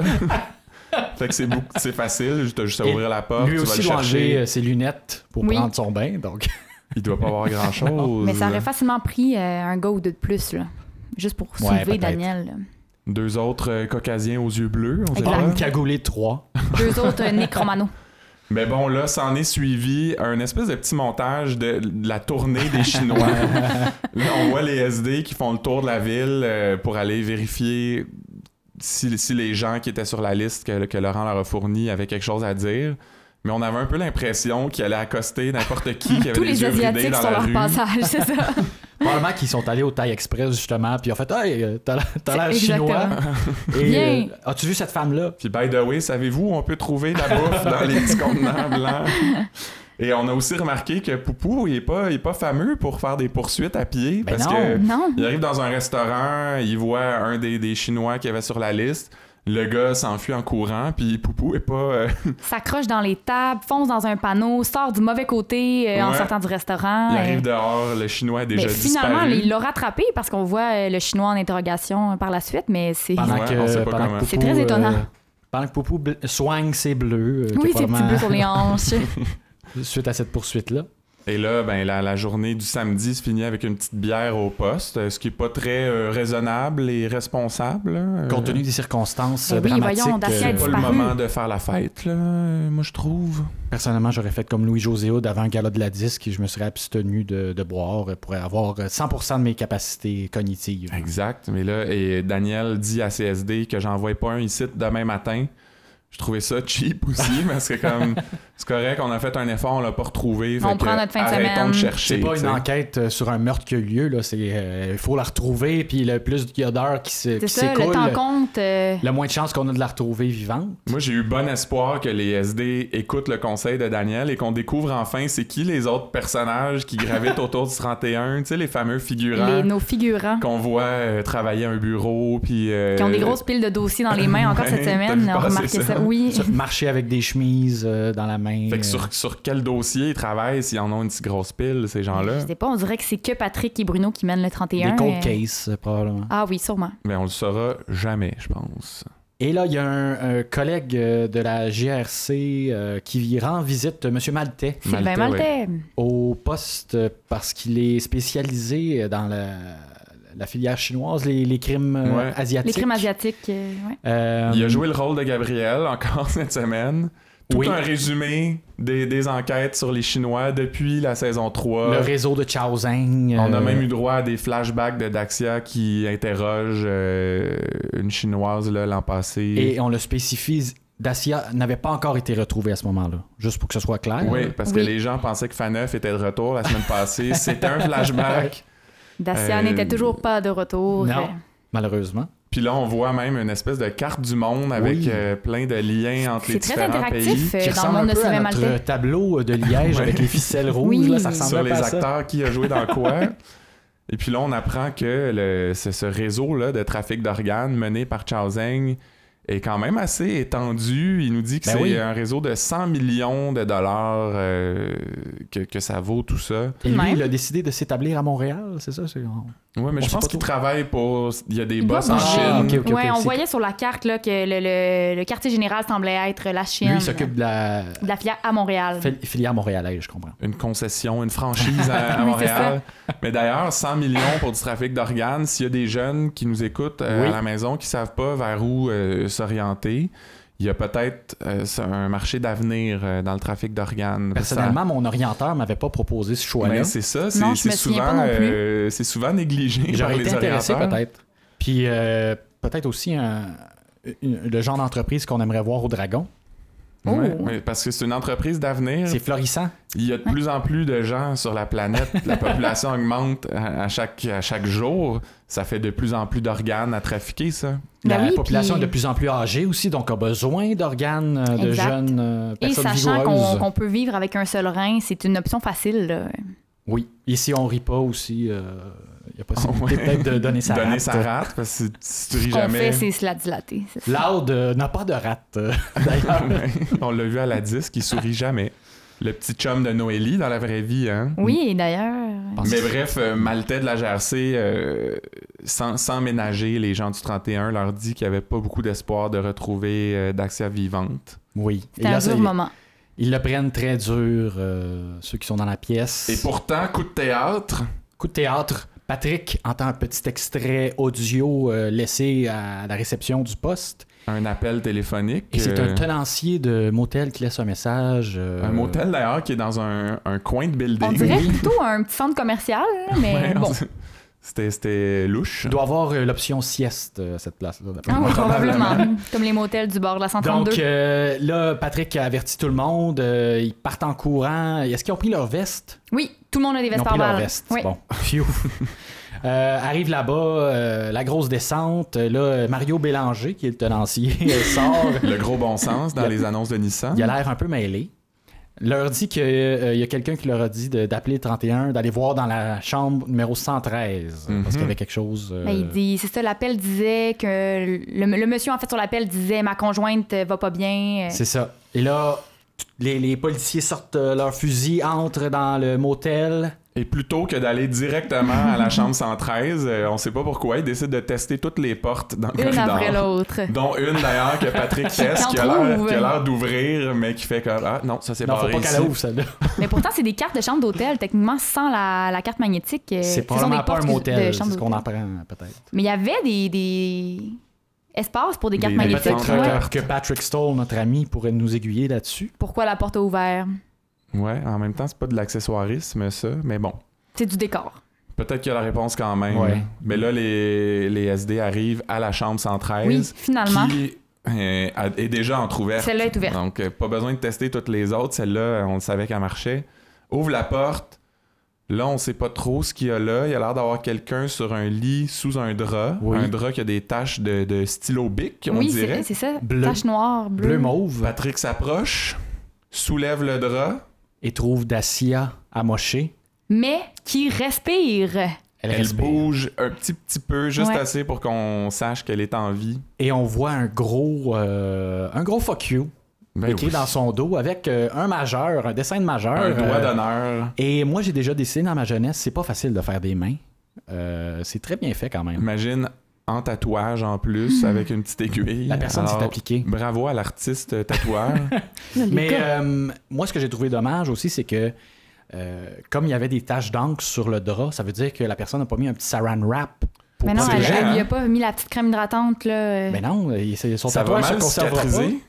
fait que c'est, beaucoup, c'est facile, tu as juste à Et ouvrir la porte, Lui Ah, tu vas aussi le doit enlever chercher. euh, ses lunettes pour Oui. prendre son bain. Donc, Il doit pas avoir grand-chose. Mais ça aurait facilement pris euh, un go ou deux de plus, là. Juste pour Ouais, soulever peut-être. Daniel. là. Deux autres euh, caucasiens aux yeux bleus, on sait Exact. pas. prendre cagoulé 3. Deux autres euh, nécromanos. Mais bon, là, s'en est suivi un espèce de petit montage de, de la tournée des Chinois. là, on voit les SD qui font le tour de la ville euh, pour aller vérifier si, si les gens qui étaient sur la liste que, que Laurent leur a fourni avaient quelque chose à dire. Mais on avait un peu l'impression qu'il allait accoster n'importe qui qui avait Tous des les yeux bridés Asiatiques dans sur la leur rue. passage, c'est ça. Probablement qu'ils sont allés au Thai Express justement, puis ils ont fait Hey, euh, t'as l'air- t'as l'air chinois. Exactement. Et, Bien. euh, As-tu vu cette femme-là Puis by the way, savez-vous où on peut trouver de la bouffe dans les petits contenants blancs? Et on a aussi remarqué que Poupou, il est pas, il est pas fameux pour faire des poursuites à pied. Ben parce non. que Non. Il arrive dans un restaurant, il voit un des, des Chinois qui avait sur la liste. Le gars s'enfuit en courant, puis Poupou est pas. euh, S'accroche dans les tables, fonce dans un panneau, sort du mauvais côté euh, en Ouais. sortant du restaurant. il euh, arrive dehors, le Chinois a déjà Mais finalement, disparu. il l'a rattrapé parce qu'on voit euh, le chinois en interrogation euh, par la suite, mais c'est. pendant Ouais, on que, sait pas pendant que comment. Poupou, C'est très étonnant. euh, pendant que Poupou bl- soigne ses bleus. euh, qui est Oui, ces petits probablement- bleus sur les hanches. suite à cette poursuite-là. Et là, ben, la, la journée du samedi se finit avec une petite bière au poste, euh, ce qui est pas très euh, raisonnable et responsable. là. Euh, Compte tenu des circonstances Ben oui, dramatiques, voyons, Dacia euh, c'est pas le disparu. moment de faire la fête, là, euh, moi je trouve. personnellement, j'aurais fait comme Louis-José Houd avant le gala de la disque et je me serais abstenu de, de boire euh, pour avoir euh, 100% de mes capacités cognitives. Exact. Mais là, et Daniel dit à CSD que j'en vois pas un ici demain matin. Je trouvais ça cheap aussi, parce que comme c'est correct, on a fait un effort, on l'a pas retrouvé. On fait prend que notre fin de arrêtons semaine. de chercher. C'est pas tu une sais. enquête euh, sur un meurtre qui a eu lieu, là. C'est, euh, il faut la retrouver, puis le plus il y a d'heures qui se- C'est qui ça, le s'écoule, temps compte. euh, le moins de chances qu'on a de la retrouver vivante. Moi, j'ai eu bon espoir que les SD écoutent le conseil de Daniel et qu'on découvre enfin c'est qui les autres personnages qui gravitent autour du 31, tu sais, les fameux figurants les- nos figurants qu'on voit euh, travailler à un bureau, puis... euh, qui ont des grosses piles de dossiers dans les mains encore Ouais, cette t'as vu semaine. On passer remarquait ça. ça. Oui. Se- Marcher avec des chemises euh, dans la main. Fait euh, que sur, sur quel dossier ils travaillent s'ils en ont une si grosse pile, ces Je gens-là? sais pas, on dirait que c'est que Patrick et Bruno qui mènent le 31. Des euh, cold cases, euh, probablement. Ah oui, sûrement. Mais on le saura jamais, je pense. Et là, il y a un, un collègue euh, de la GRC euh, qui rend visite M. Maltais Sylvain Maltais. au poste euh, parce qu'il est spécialisé dans la, la filière chinoise, les, les crimes euh, Ouais. asiatiques. Les crimes asiatiques. euh, ouais. Euh, Il a joué le rôle de Gabriel encore cette semaine. Tout Oui. un résumé des, des enquêtes sur les Chinois depuis la saison 3. le réseau de Chao Zhang. On a euh, même eu droit à des flashbacks de Daxia qui interroge euh, une Chinoise là, l'an passé. Et on le spécifie, Dacia n'avait pas encore été retrouvée à ce moment-là, juste pour que ce soit clair. Oui, parce Oui. que les gens pensaient que Faneuf était de retour la semaine passée. C'était un flashback. Dacia Euh, n'était toujours pas de retour. non. Euh, Malheureusement. Puis là, on voit même une espèce de carte du monde avec Oui. euh, plein de liens entre les C'est très différents interactif pays. euh, dans Qui le ressemble monde un de peu à Sylvain notre Maltais. tableau de liège Ouais. avec les ficelles rouges. Oui. là, ça sur ressemblait les pas à ça. acteurs qui a joué dans quoi. Et puis là, on apprend que le, ce, ce réseau-là de trafic d'organes mené par Chao Zheng est quand même assez étendu. Il nous dit que Ben c'est oui. un réseau de 100 millions de dollars euh, que, que ça vaut tout ça. Et lui, Ouais. il a décidé de s'établir à Montréal, c'est ça? c'est- on- Ouais, mais On je sait pense pas qu'il trop. Ah, travaille pour. Il y a des Il boss doit en bouger. Chine. ok, ok, ouais, on c'est- voyait sur la carte là, que le, le- le quartier général semblait être la Chine. Lui, il s'occupe de la de la filière à Montréal. fil- filière montréalaise, je comprends. Une concession, une franchise à, à Oui, c'est Montréal. Mais d'ailleurs, 100 millions pour du trafic d'organes. S'il y a des jeunes qui nous écoutent euh, Oui. à la maison qui savent pas vers où euh, s'orienter, il y a peut-être euh, c'est un marché d'avenir euh, dans le trafic d'organes. Personnellement, mon orientateur m'avait pas proposé ce Ça- choix-là. ben, c'est ça, Non, c'est je me c'est souviens souvent, pas non plus. euh, c'est souvent négligé par J'aurais les été intéressé orienteurs. peut-être. Puis euh, peut-être aussi un- une- le genre d'entreprise qu'on aimerait voir au Dragon. Oh. Ouais, mais parce que c'est une entreprise d'avenir. C'est florissant. Il y a de plus en plus de gens sur la planète. La population augmente à à chaque, à chaque jour. Ça fait de plus en plus d'organes à trafiquer, ça. Ben la oui, population puis- est de plus en plus âgée aussi, donc a besoin d'organes euh, de Exact. jeunes euh, Et personnes sachant qu'on vigoureuses. qu'on peut vivre avec un seul rein, c'est une option facile. là. Oui. Ici, on rit pas aussi. Il y a possibilité Ouais. peut-être de donner sa Donner rate. sa rate, parce que si tu Ce ris qu'on jamais. fait, c'est se la dilater. c'est ça. Loud euh, n'a pas de rate, euh, d'ailleurs. Ouais. On l'a vu à la disque, il sourit jamais. Le petit chum de Noélie dans la vraie vie, hein? Oui, et d'ailleurs. Parce Mais que- bref, euh, Maltais de la GRC, euh, sans, sans ménager les gens du 31, leur dit qu'il n'y avait pas beaucoup d'espoir de retrouver euh, Daxia vivante. Oui. Et C'était un là, dur c'est- moment. Ils le prennent très dur, euh, ceux qui sont dans la pièce. Et pourtant, coup de théâtre, Coup de théâtre, Patrick entend un petit extrait audio euh, laissé à la réception du poste. un appel téléphonique. Et c'est un euh, tenancier de motel qui laisse un message. euh, Un motel d'ailleurs qui est dans un, un coin de building. On dirait plutôt un petit centre commercial, là, mais Ouais, bon. C'était, c'était louche. Il doit avoir euh, l'option sieste euh, à cette place-là. d'après Ah moi. oui, probablement. probablement. Comme les motels du bord de la 132. hein. Donc euh, là, Patrick a averti tout le monde. euh, ils partent en courant. Est-ce qu'ils ont pris leur veste? oui, tout le monde a des Ils ont vestes par pris leur balles. veste. Oui. Bon, phew. Euh, arrive là-bas, euh, la grosse descente. Là, euh, Mario Bélanger, qui est le tenancier, sort. Le gros bon sens dans les annonces de Nissan. Il a l'air un peu mêlé. Leur dit qu'il y a quelqu'un qui leur a dit de- d'appeler le 31, d'aller voir dans la chambre numéro 113, euh, Mhm. parce qu'il y avait quelque chose. euh, Ben, il dit, c'est ça, l'appel disait que. Le, le monsieur, en fait, sur l'appel disait Ma conjointe va pas bien. euh, C'est ça. Et là, t- les, les policiers sortent euh, leurs fusils, entrent dans le motel. Et plutôt que d'aller directement à la chambre 113, euh, on sait pas pourquoi, il décide de tester toutes les portes dans le Une corridor. après l'autre. Dont une d'ailleurs que Patrick teste, qui a Qu'en l'air- trouve. qui a l'air d'ouvrir, mais qui fait comme Ah non, ça c'est Non, barré faut pas ici. qu'elle la ouvre, celle-là. Mais pourtant, c'est des cartes de chambre d'hôtel, techniquement, sans la, la carte magnétique. euh, ce C'est sont probablement des pas un portes motel, de c'est chambre ce qu'on d'hôtel. apprend peut-être. Mais il y avait des, des espaces pour des cartes Des- des magnétiques. défenses. Peut-être Ouais. Ouais. euh, que Patrick Stoll, notre ami, pourrait nous aiguiller là-dessus. Pourquoi la porte a ouvert Ouais, en même temps, c'est pas de l'accessoirisme, ça, mais bon. C'est du décor. Peut-être qu'il y a la réponse quand même. Ouais. Mais là, les, les SD arrivent à la chambre 113. Oui, finalement. Qui, est, est déjà entrouverte. Celle-là est ouverte. Donc, euh, pas besoin de tester toutes les autres. Celle-là, on le savait qu'elle marchait. Ouvre la porte. Là, on sait pas trop ce qu'il y a là. Il y a l'air d'avoir quelqu'un sur un lit sous un drap. Oui. Un drap qui a des taches de, de stylo bic, on oui, dirait. c'est- c'est ça. Bleu. Tache noire, bleue. Bleu mauve. Patrick s'approche, soulève le drap. Et trouve Dacia amochée. Mais qui respire. Elle, respire. bouge un petit petit peu, juste Ouais. assez pour qu'on sache qu'elle est en vie. Et on voit un gros, euh, un gros fuck you Ben écrit oui. dans son dos avec euh, un majeur, un dessin de majeur. Un doigt euh, d'honneur. Et moi, j'ai déjà dessiné dans ma jeunesse, c'est pas facile de faire des mains. Euh, c'est très bien fait quand même. Imagine en tatouage en Hmm. plus avec une petite aiguille. La personne s'est Alors, appliquée. Bravo à l'artiste tatoueur. Mais euh, moi, ce que j'ai trouvé dommage aussi, c'est que euh, comme il y avait des taches d'encre sur le drap, ça veut dire que la personne n'a pas mis un petit saran wrap. pour Mais non, C'est elle, vrai, elle lui hein? a pas mis la petite crème hydratante, là. euh, Mais non, il- c'est- son ça va tatouage se mal conservera cicatriser. pas.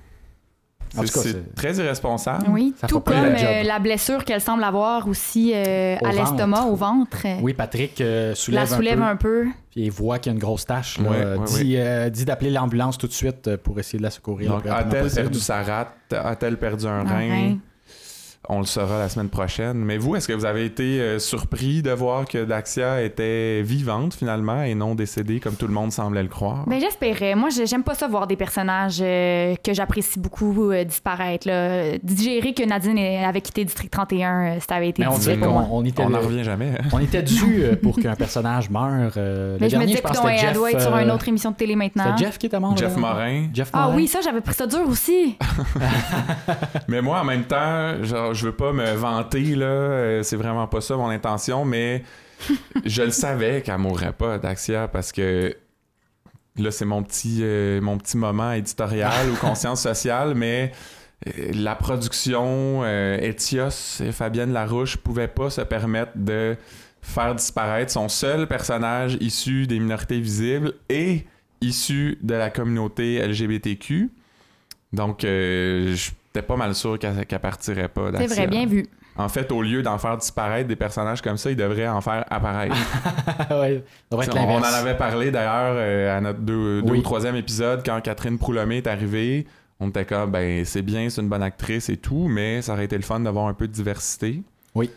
En C'est tout cas, c'est très irresponsable. Oui, Ça tout fait pas comme la job. euh, la blessure qu'elle semble avoir aussi euh, Au à l'estomac, ventre. au ventre. c'est- oui, Patrick euh, soulève, la soulève un peu, un peu. puis il voit qu'il y a une grosse tache. là, Ouais, euh, ouais, dit euh, dit d'appeler l'ambulance tout de suite euh, pour essayer de la secourir. Donc, le plus rapidement a-t-elle possible. perdu sa rate? A-t-elle perdu un, Un rein? rein. On le saura la semaine prochaine. Mais vous, est-ce que vous avez été euh, surpris de voir que Daxia était vivante finalement et non décédée comme tout le monde semblait le croire? Ben, j'espérais. Moi, je- j'aime pas ça voir des personnages euh, que j'apprécie beaucoup euh, disparaître. Là. Digérer que Nadine euh, avait quitté District 31, euh, ça avait été Mais on difficile dirait pour qu'on moi. on était, On n'en revient jamais. hein? on était dû euh, pour qu'un personnage meure. euh, Mais le je me dernier, disais je pense qu'on que c'était elle Jeff. doit être sur euh, une autre émission de télé maintenant. c'était Jeff qui était mort. Jeff là? Morin. Jeff Ah Morin. oui, ça, j'avais pris ça dur aussi. Mais moi, en même temps, genre, je veux pas me vanter, là. euh, c'est vraiment pas ça mon intention, mais je le savais qu'elle mourrait pas, Daxia, parce que là, c'est mon petit, euh, mon petit moment éditorial ou conscience sociale, mais euh, la production, euh, Etios et Fabienne Larouche pouvaient pas se permettre de faire disparaître son seul personnage issu des minorités visibles et issu de la communauté LGBTQ. Donc, euh, j'étais pas mal sûr qu'elle qu'elle partirait pas. C'est d'Axia. euh, vrai, bien vu. En fait, au lieu d'en faire disparaître des personnages comme ça, il devrait en faire apparaître. Ah ouais, ça devrait être on, on en l'inverse. avait parlé d'ailleurs euh, à notre deux, deux Oui. ou troisième épisode quand Catherine Proulomé est arrivée. On était comme, ben c'est bien, c'est une bonne actrice et tout, mais ça aurait été le fun d'avoir un peu de diversité. Oui.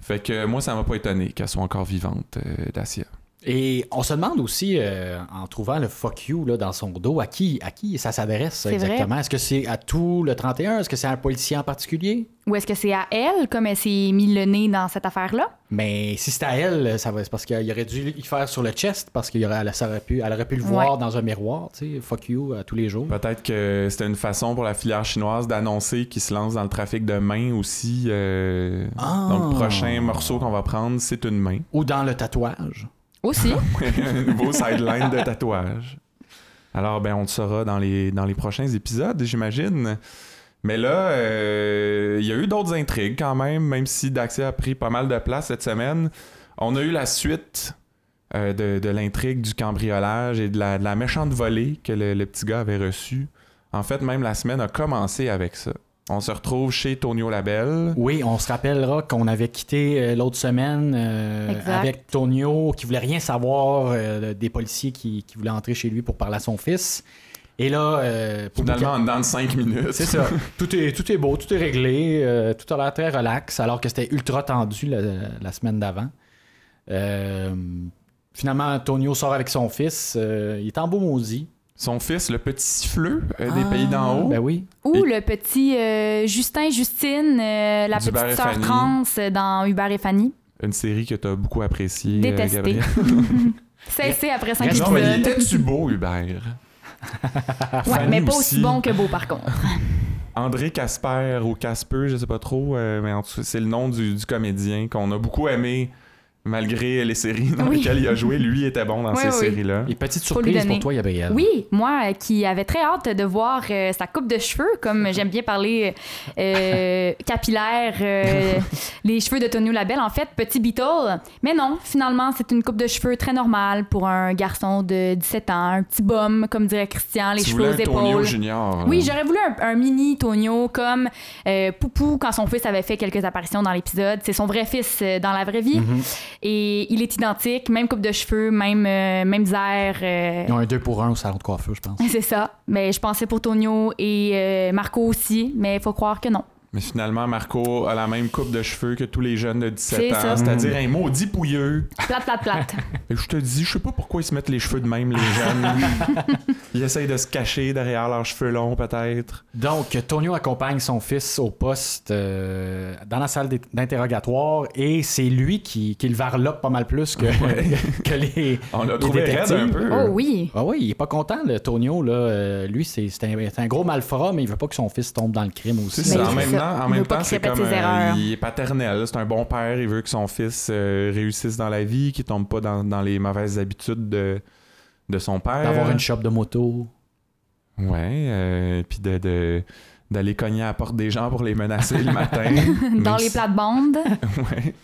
Fait que moi, ça m'a pas étonné qu'elle soit encore vivante, euh, Dacia. Et on se demande aussi, euh, en trouvant le fuck you là, dans son dos, à qui, à qui ça s'adresse vrai. exactement? Est-ce que c'est à tout le 31? Est-ce que c'est à un policier en particulier? Ou est-ce que c'est à elle, comme elle s'est mis le nez dans cette affaire-là? Mais si c'est à elle, ça va, c'est parce qu'il aurait dû y faire sur le chest parce qu'elle aurait, ça aurait pu, elle aurait pu le Ouais. voir dans un miroir, tu sais, fuck you à tous les jours. Peut-être que c'était une façon pour la filière chinoise d'annoncer qu'ils se lancent dans le trafic de mains aussi. euh, Ah. Donc, le prochain morceau qu'on va prendre, c'est une main. Ou dans le tatouage. Aussi. un nouveau sideline de tatouage. Alors, ben, on le saura dans les, dans les prochains épisodes, j'imagine. Mais là, euh, il y a eu d'autres intrigues quand même, même si Daxia a pris pas mal de place cette semaine. On a eu la suite euh, de, de l'intrigue du cambriolage et de la, de la méchante volée que le, le petit gars avait reçue. En fait, même la semaine a commencé avec ça. On se retrouve chez Tonio Labelle. Oui, on se rappellera qu'on avait quitté euh, l'autre semaine euh, Exact. avec Tonio qui voulait rien savoir euh, des policiers qui, qui voulaient entrer chez lui pour parler à son fils. Et là, euh, pour Finalement, dans 5 minutes. C'est ça. tout, est, tout est beau, tout est réglé, euh, tout a l'air très relax, alors que c'était ultra tendu la, la semaine d'avant. Euh, finalement, Tonio sort avec son fils. euh, il est en beau maudit. Son fils, le petit siffleux euh, des pays d'en haut. Ben oui. Ou Et- le petit euh, Justin, Justine, euh, la D'Hubert et petite sœur Fanny. trans euh, dans Hubert et Fanny. Une série que t'as beaucoup appréciée, euh, Détestée. Gabriel. Cessé après 5 Reste- Non, mais il épisodes. était-tu beau, Hubert? Ouais, Fanny mais pas aussi bon que beau, par contre. André Casper ou Casper, je sais pas trop, euh, mais en tout cas, c'est le nom du, du comédien qu'on a beaucoup aimé, malgré les séries dans Oui. lesquelles il a joué. Lui était bon dans Oui, ces oui. séries-là. Et petite Faut lui surprise pour donner. toi, Gabriel. Oui, moi euh, qui avais très hâte de voir euh, sa coupe de cheveux, comme j'aime bien parler euh, capillaire, euh, les cheveux de Tonio Labelle, en fait, petit Beatle. Mais non, finalement, c'est une coupe de cheveux très normale pour un garçon de 17 ans, un petit bum, comme dirait Christian, les tu cheveux voulais aux un Tonio épaules. Junior. Oui, là. j'aurais voulu un, un mini Tonio comme Mm-hmm. euh, Poupou quand son fils avait fait quelques apparitions dans l'épisode. C'est son vrai fils euh, dans la vraie vie. Et il est identique, même coupe de cheveux, même, euh, même airs. euh, Ils ont un 2 pour 1 au salon de coiffure, je pense. c'est ça. Mais je pensais pour Tonio et euh, Marco aussi, mais il faut croire que non. Mais finalement, Marco a la même coupe de cheveux que tous les jeunes de 17 C'est ans, ça. c'est-à-dire un maudit pouilleux. Plate, plate, plate. Et je te dis, je sais pas pourquoi ils se mettent les cheveux de même, les jeunes. ils essayent de se cacher derrière leurs cheveux longs, peut-être. Donc, Tonio accompagne son fils au poste euh, dans la salle d'int- d'interrogatoire et c'est lui qui, qui le varlope pas mal plus que, que les. On l'a les trouvé raide détectives. un peu. oh oui. Ah oui, il est pas content, le Tonio. Là. Euh, lui, c'est c'est un, c'est un gros malfrat, mais il veut pas que son fils tombe dans le crime aussi. C'est Mais ça. il En fait même ça. temps, en Il même veut pas temps, qu'il c'est répète comme ses euh, erreurs. il est paternel. C'est un bon père. Il veut que son fils euh, réussisse dans la vie, qu'il tombe pas dans, dans les mauvaises habitudes de, de son père. D'avoir une shop de moto. Ouais, euh, puis de, de- d'aller cogner à la porte des gens pour les menacer le matin. Dans Même les si- plates-bandes. Ouais.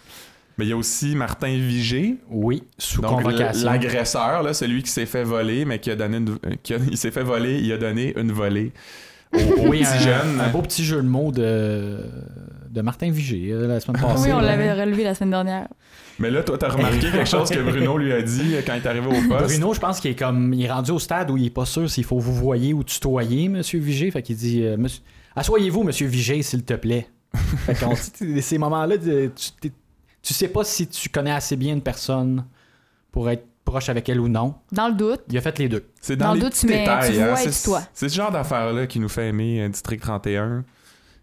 Mais il y a aussi Martin Vigé, Oui, sous donc l- convocation. l'agresseur, là, celui qui s'est fait voler, mais qui a donné une... euh, qui a- il s'est fait voler, il a donné une volée au, au Oui, petit un, jeune. un beau petit jeu de mots de, de Martin Vigé euh, la semaine passée. Oui, on là. l'avait relevé la semaine dernière. Mais là, toi, t'as remarqué quelque chose que Bruno lui a dit quand il est arrivé au poste. Bruno, je pense qu'il est comme il est rendu au stade où il est pas sûr s'il faut vous voyer ou tutoyer, Monsieur Vigé. Fait qu'il dit euh, Monsieur- Assoyez-vous, Monsieur Vigé, s'il te plaît. fait qu'on dit, ces moments-là, de- tu, t'es- tu sais pas si tu connais assez bien une personne pour être proche avec elle ou non. Dans le doute. Il a fait les deux. C'est Dans dans, le les doute, petits tu mets- détails. tu hein. vois et C'est tu toi. c'est ce genre d'affaire-là qui nous fait aimer euh, District 31.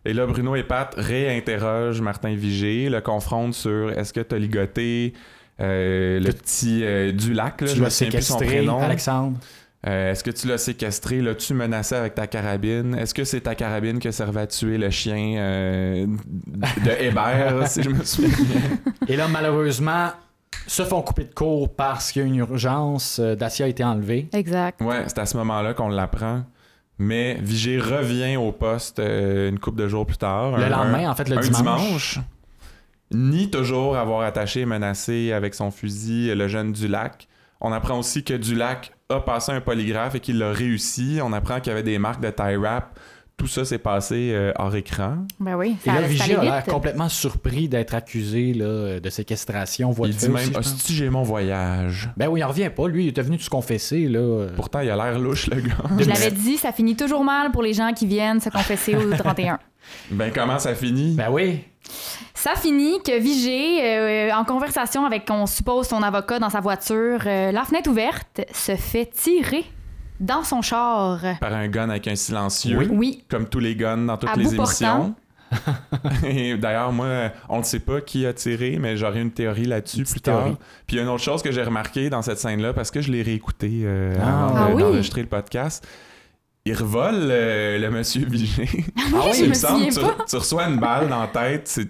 Et là, Bruno et Pat réinterrogent Martin Vigé, le confrontent sur est-ce que t'as ligoté euh, le Que- petit euh, du lac, là, tu je me l'as souviens plus son séquestré, prénom. Alexandre. Euh, est-ce que tu l'as séquestré, l'as-tu menacé avec ta carabine? Est-ce que c'est ta carabine qui servait à tuer le chien euh, de Hébert, si je me souviens bien? Et là, malheureusement, se font couper de court parce qu'il y a une urgence. Euh, Dacia a été enlevée. Exact. Ouais, c'est à ce moment-là qu'on l'apprend. Mais Vigée revient au poste euh, une couple de jours plus tard. Le un- lendemain, en fait, le un dimanche. dimanche. ni toujours avoir attaché et menacé avec son fusil le jeune Dulac. On apprend aussi que Dulac a passé un polygraphe et qu'il l'a réussi. On apprend qu'il y avait des marques de tie wrap. Tout ça s'est passé euh, hors écran. Ben oui, Et ça, là, ça Vigée a allait l'air vite. complètement surpris d'être accusé là, de séquestration, voie Il de dit fait même aussi, je pense. Hostie, j'ai mon voyage. Ben oui, il en revient pas. Lui, il était venu se confesser. Là. Pourtant, il a l'air louche, le gars. Je l'avais dit, ça finit toujours mal pour les gens qui viennent se confesser au 31. Ben, comment ça finit? Ben oui. Ça finit que Vigée, euh, en conversation avec, on suppose, son avocat dans sa voiture, euh, la fenêtre ouverte, se fait tirer dans son char. Par un gun avec un silencieux. Oui, comme tous les guns dans toutes À les bout émissions. Et D'ailleurs, moi, on ne sait pas qui a tiré, mais j'aurais une théorie là-dessus Une plus petite tard. théorie. Puis il y a une autre chose que j'ai remarqué dans cette scène-là, parce que je l'ai réécouté euh, Ah. avant de- Ah oui? d'enregistrer le podcast. Il revole euh, le monsieur Vigé. Ah Ah oui, je il me semble, souviens tu, pas. tu reçois une balle dans la tête. c'est-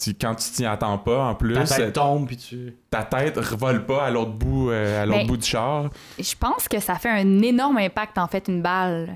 tu- quand tu t'y attends pas, en plus, Ta tête tombe, puis tu... ta tête revole pas à l'autre bout, euh, à l'autre Ben, bout du char. je pense que ça fait un énorme impact, en fait, une balle.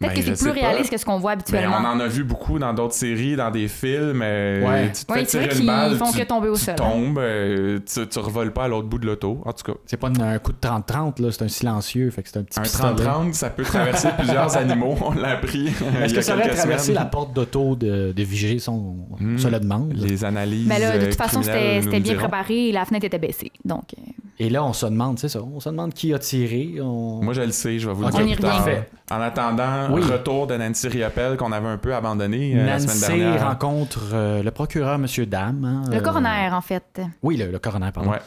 Peut-être Ben, que je c'est sais plus pas. réaliste que ce qu'on voit Ben, on habituellement. en a vu beaucoup dans d'autres séries, dans des films. euh, Ouais. Tu te Oui, fais tu vois tirer qu'ils une balle, font tu- que tomber au tu sol. tombes, euh, tu, tu revoles pas à l'autre bout de l'auto. En tout cas, C'est pas une- un coup de 30-30, là. C'est un silencieux, fait que c'est un petit un pistolet. 30-30, ça peut traverser plusieurs animaux. On l'a appris. euh, il Est-ce y a que ça aurait quelques traversé semaines. la porte d'auto de, de Vigée? Ça, on Hmm. se le demande. Les analyses. Mais Ben là, de euh, toute façon, c'était criminelles nous c'était le bien diront. préparé et la fenêtre était baissée. Donc, euh, Et là, on se demande, c'est ça, on se demande qui a tiré. On... Moi, je le sais, je vais vous Ok, le on y dire plus tard. revient. En attendant, Oui. retour de Nancy Riopelle qu'on avait un peu abandonné euh, la semaine Nancy dernière. rencontre euh, le procureur, Monsieur Dame. hein, le euh, coroner, en fait. Oui, le, le coroner, pardon. Ouais.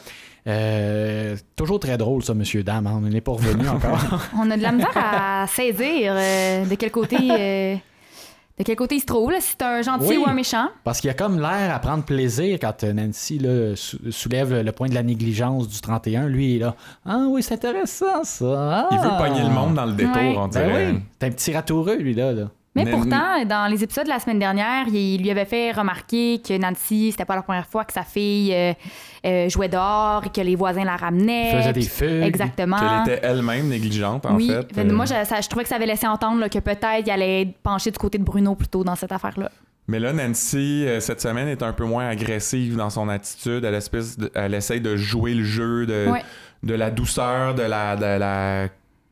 Euh, toujours très drôle, ça, Monsieur Dame. hein, On n'est pas revenu encore. On a de la misère à saisir euh, de quel côté euh, de quel côté il se trouve, là, si c'est un gentil Oui. ou un méchant. Parce qu'il y a comme l'air à prendre plaisir quand euh, Nancy là, sou- soulève le point de la négligence du 31. Lui, il est là. Ah oui, c'est intéressant, ça. Ah. Il veut pogner le monde dans le détour, Ouais. on Ben dirait. oui, t'es un petit ratoureux, lui, là. là. Mais Mais- pourtant, dans les épisodes de la semaine dernière, il lui avait fait remarquer que Nancy, c'était pas la première fois que sa fille euh, euh, jouait dehors et que les voisins la ramenaient. Il faisait des puis- fugues. Exactement. Qu'elle était elle-même négligente, en Ah. oui, fait. Fait- euh. moi je, ça- je trouvais que ça avait laissé entendre là, que peut-être il allait pencher du côté de Bruno plutôt dans cette affaire-là. Mais là, Nancy, euh, cette semaine, est un peu moins agressive dans son attitude. Elle, Euh, espèce de- elle essaye de jouer le jeu de, Ouais. de la douceur, de la, de la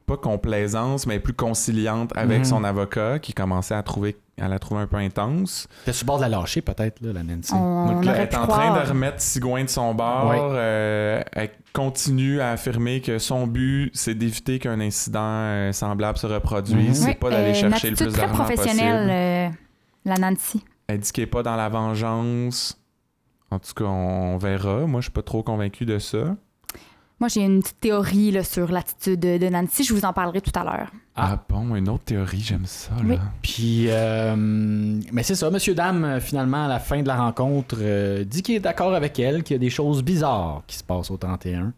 pas complaisance, mais plus conciliante avec Mm. Mhm. son avocat qui commençait à trouver à la trouver un peu intense. T'es sur le bord de la lâcher, peut-être, là, la Nancy. On Donc, Là, aurait elle pu est en train croire. de remettre Sigouin de son bord. Ouais. euh, elle continue à affirmer que son but, c'est d'éviter qu'un incident euh, semblable se reproduise. Mhm. C'est Oui, pas d'aller euh, chercher le une attitude plus très d'argent professionnelle, possible. euh, la Nancy. Elle dit qu'elle est pas dans la vengeance. En tout cas, on verra. Moi, je suis pas trop convaincu de ça. Moi, j'ai une petite théorie là, sur l'attitude de de Nancy. Je vous en parlerai tout à l'heure. Ah, bon, une autre théorie, j'aime ça. Là. Oui. Puis, euh, mais c'est ça, Monsieur Dame, euh, finalement, à la fin de la rencontre, euh, dit qu'il est d'accord avec elle, qu'il y a des choses bizarres qui se passent au 31.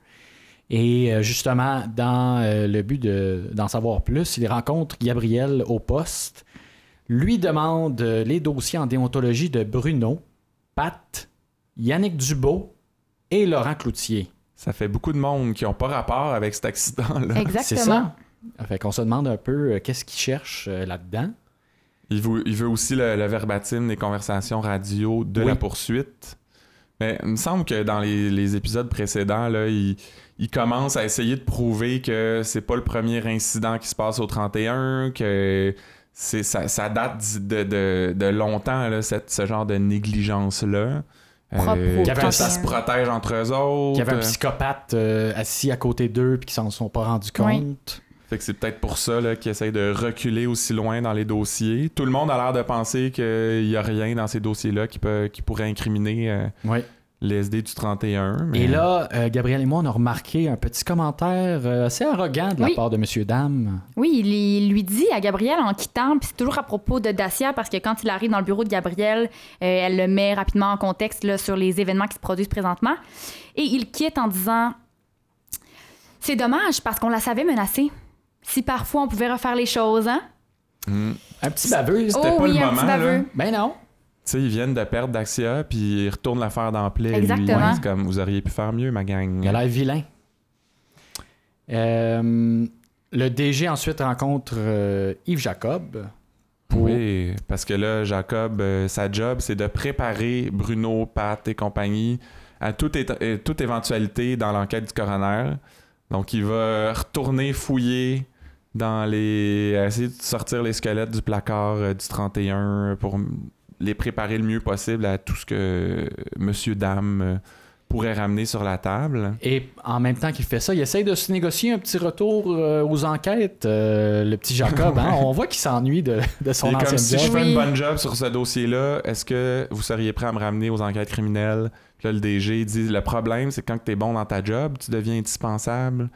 Et euh, justement, dans euh, le but de- d'en savoir plus, il rencontre Gabriel au poste, lui demande euh, les dossiers en déontologie de Bruno, Pat, Yannick Dubo et Laurent Cloutier. Ça fait beaucoup de monde qui ont pas rapport avec cet accident-là. Exactement. C'est ça. Fait qu'on se demande un peu euh, qu'est-ce qu'il cherche euh, là-dedans. Il veut, il veut aussi le, le verbatim des conversations radio de Oui. la poursuite. Mais il me semble que dans les, les épisodes précédents, là, il, il commence à essayer de prouver que c'est pas le premier incident qui se passe au 31, que c'est, ça, ça date d'i- de, de- de longtemps, là, cette- ce genre de négligence-là. Euh, Propre au que 31. ça se protège entre eux autres. Il y avait un psychopathe euh, assis à côté d'eux puis qui s'en sont pas rendus Oui. compte. Fait que c'est peut-être pour ça là, qu'ils essayent de reculer aussi loin dans les dossiers. Tout le monde a l'air de penser qu'il n'y a rien dans ces dossiers-là qui, peut, qui pourrait incriminer euh, Ouais. les SD du 31. mais- Et là, euh, Gabriel et moi, on a remarqué un petit commentaire euh, assez arrogant de la Oui. part de Monsieur Dame. Oui, il, il lui dit à Gabriel en quittant, puis c'est toujours à propos de Dacia, parce que quand il arrive dans le bureau de Gabriel, euh, elle le met rapidement en contexte là, sur les événements qui se produisent présentement. Et il quitte en disant C'est dommage parce qu'on la savait menacée. Si parfois on pouvait refaire les choses, hein? Mm. Un petit baveux. C'était oh pas oui, le un moment, petit baveux. là. Ben non. Tu sais, ils viennent de perdre Daxia, puis ils retournent l'affaire dans la plaie. lui. Exactement. C'est comme, vous auriez pu faire mieux, ma gang. Il a l'air vilain. Euh, le DG ensuite rencontre euh, Yves Jacob. pour- Oui, parce que là, Jacob, euh, sa job, c'est de préparer Bruno, Pat et compagnie à toute, éta- euh, toute éventualité dans l'enquête du coroner. Donc, il va retourner fouiller dans les. essayer de sortir les squelettes du placard euh, du 31 pour m- les préparer le mieux possible à tout ce que euh, Monsieur Dame euh, pourrait ramener sur la table. Et en même temps qu'il fait ça, il essaye de se négocier un petit retour euh, aux enquêtes, euh, le petit Jacob. hein. On voit qu'il s'ennuie de, de son Il est ancien comme si job. je fais une Oui. bonne job sur ce dossier-là, est-ce que vous seriez prêt à me ramener aux enquêtes criminelles? Puis là, le DG il dit le problème, c'est quand tu es bon dans ta job, tu deviens indispensable.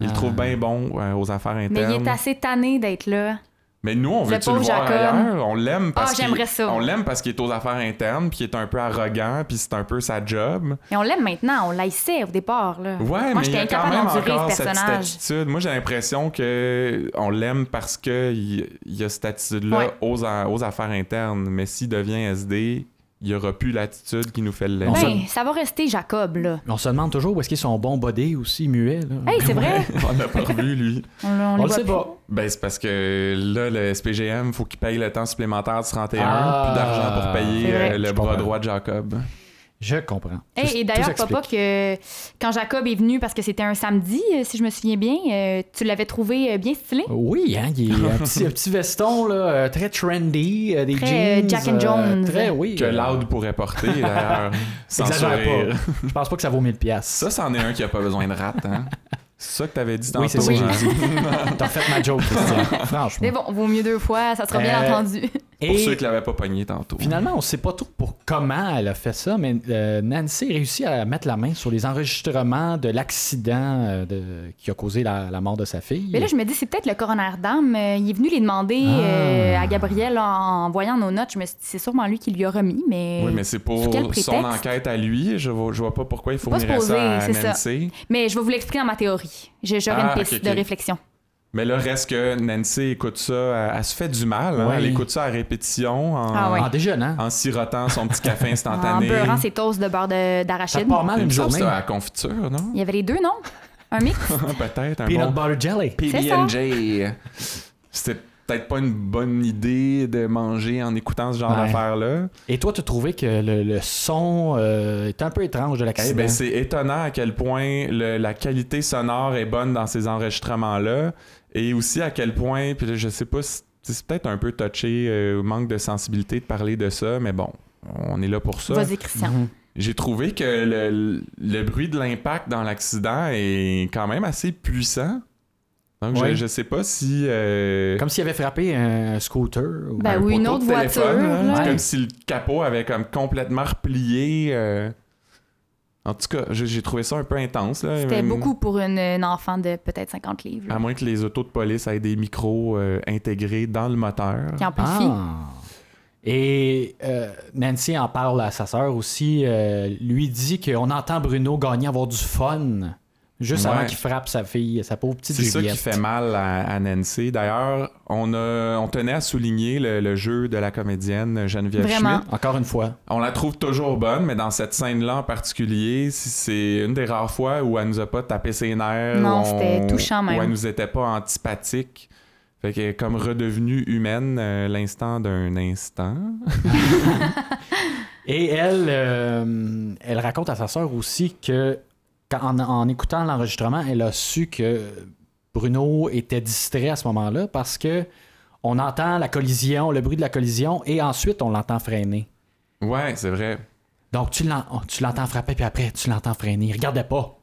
Il le Ah. trouve bien bon euh, aux affaires Mais il internes. est assez tanné d'être là. Mais nous, on Le veut tu le pauvre voir Jacob. ailleurs. On l'aime parce Ah, qu'il- j'aimerais ça. on l'aime parce qu'il est aux affaires internes, puis il est un peu arrogant, puis c'est un peu sa job. Et on l'aime maintenant, on l'haïssait au départ. Là. Ouais, Moi, mais il y j'étais a quand incapable même d'endurer encore ce cette petite personnage. attitude. Moi, j'ai l'impression que on l'aime parce que il il y a cette attitude-là Ouais. aux, a- aux affaires internes. Mais s'il devient SD, il n'y aura plus l'attitude qui nous fait l'aimer. On se- Ben, ça va rester Jacob, là. Mais On se demande toujours où est-ce qu'ils sont bons bodés aussi, muets. Là. Hey, c'est vrai. on l'a pas revu, lui. On, on les on le voit sait plus. pas. Ben, c'est parce que là, le SPGM, faut qu'il paye le temps supplémentaire du 31, Ah. plus d'argent pour payer C'est vrai. euh, le Je bras comprends. droit de Jacob. Je comprends. Hey, Eh, Tout- et tout d'ailleurs, s'explique. papa, que quand Jacob est venu, parce que c'était un samedi, euh, si je me souviens bien, euh, tu l'avais trouvé euh, bien stylé. Oui, hein, il y a un petit, un petit veston là, euh, très trendy, euh, des Très, euh, jeans. Jack and Jones. très, oui. Que euh, Loud pourrait porter, d'ailleurs. sans exagère sourire. pas. Je pense pas que ça vaut 1000 pièces. Ça, c'en est un qui a pas besoin de rate, hein? C'est ça que t'avais dit tantôt. Oui, c'est ça que hein? j'ai dit. T'as fait ma joke, Christian. Franchement. Mais bon, vaut mieux deux fois, ça sera bien Euh, entendu. Pour Et ceux qui l'avaient pas pogné tantôt. finalement, on sait pas trop pour comment elle a fait ça, mais euh, Nancy réussit à mettre la main sur les enregistrements de l'accident euh, de- qui a causé la, la mort de sa fille. Mais là, je me dis, c'est peut-être le coroner dame. euh, il est venu les demander Ah. euh, à Gabriel en, en voyant nos notes. Je me suis dit, c'est sûrement lui qui lui a remis, mais. Oui, mais c'est Sous pour quel prétexte? son enquête à lui. Je vois, je vois pas pourquoi il pas se fournirait ça à poser, c'est ça. Nancy. Mais je vais vous l'expliquer dans ma théorie. J'ai- J'aurai Ah, une piste ok, ok. de réflexion. Mais là, reste que Nancy écoute ça, elle, elle se fait du mal. hein. Ouais. Elle écoute ça à répétition en, Ah ouais. En déjeunant. en sirotant son petit café En instantané. beurrant ses toasts de beurre de- Ça d'arachide. part mal Il une me semble que journée. c'est à la confiture, non? Il y avait les deux, non? Un mix? Peut-être un Peanut bon butter jelly. C'est ça. PB&J. C'était peut-être pas une bonne idée de manger en écoutant ce genre Ouais. d'affaires-là. Et toi, tu trouvais que le, le son euh, est un peu étrange de Eh l'accident. ben, c'est étonnant à quel point le- la qualité sonore est bonne dans ces enregistrements-là. Et aussi à quel point, puis là, je sais pas, si- c'est peut-être un peu touché, euh, manque de sensibilité de parler de ça, mais bon, on est là pour ça. Vas-y, Christian. Mhm. J'ai trouvé que le, le bruit de l'impact dans l'accident est quand même assez puissant. Donc, je- Ouais. je, sais pas si. euh, Comme s'il avait frappé un scooter. ou- Ben poteau oui, une de autre téléphone, voiture, hein. là. C'est Ouais. comme si le capot avait comme complètement replié. euh. En tout cas, j'ai j'ai trouvé ça un peu intense. là. C'était Même- beaucoup pour une, une enfant de peut-être 50 livres. là, À moins que les autos de police aient des micros euh, intégrés dans le moteur. qui amplifie. Ah. Et euh, Nancy en parle à sa sœur aussi. euh, lui dit qu'on entend Bruno gagner avoir du fun juste Ouais. avant qu'il frappe sa fille, sa pauvre petite C'est Juliette. ça qui fait mal à, à Nancy. D'ailleurs, on, a- on tenait à souligner le, le jeu de la comédienne Geneviève Vraiment. Schmidt. Encore une fois. On la trouve toujours bonne, mais dans cette scène-là en particulier, si c'est une des rares fois où elle nous a pas tapé ses nerfs. Non, où on- c'était touchant même. Où elle nous était pas antipathique. Fait qu'elle est comme redevenue humaine euh, l'instant d'un instant. Et elle, euh, elle raconte à sa sœur aussi que quand- en, en écoutant l'enregistrement, elle a su que Bruno était distrait à ce moment-là parce que on entend la collision, le bruit de la collision, et ensuite on l'entend freiner. Ouais, c'est vrai. Donc tu l'en- tu l'entends frapper, puis après tu l'entends freiner. Il regardait pas.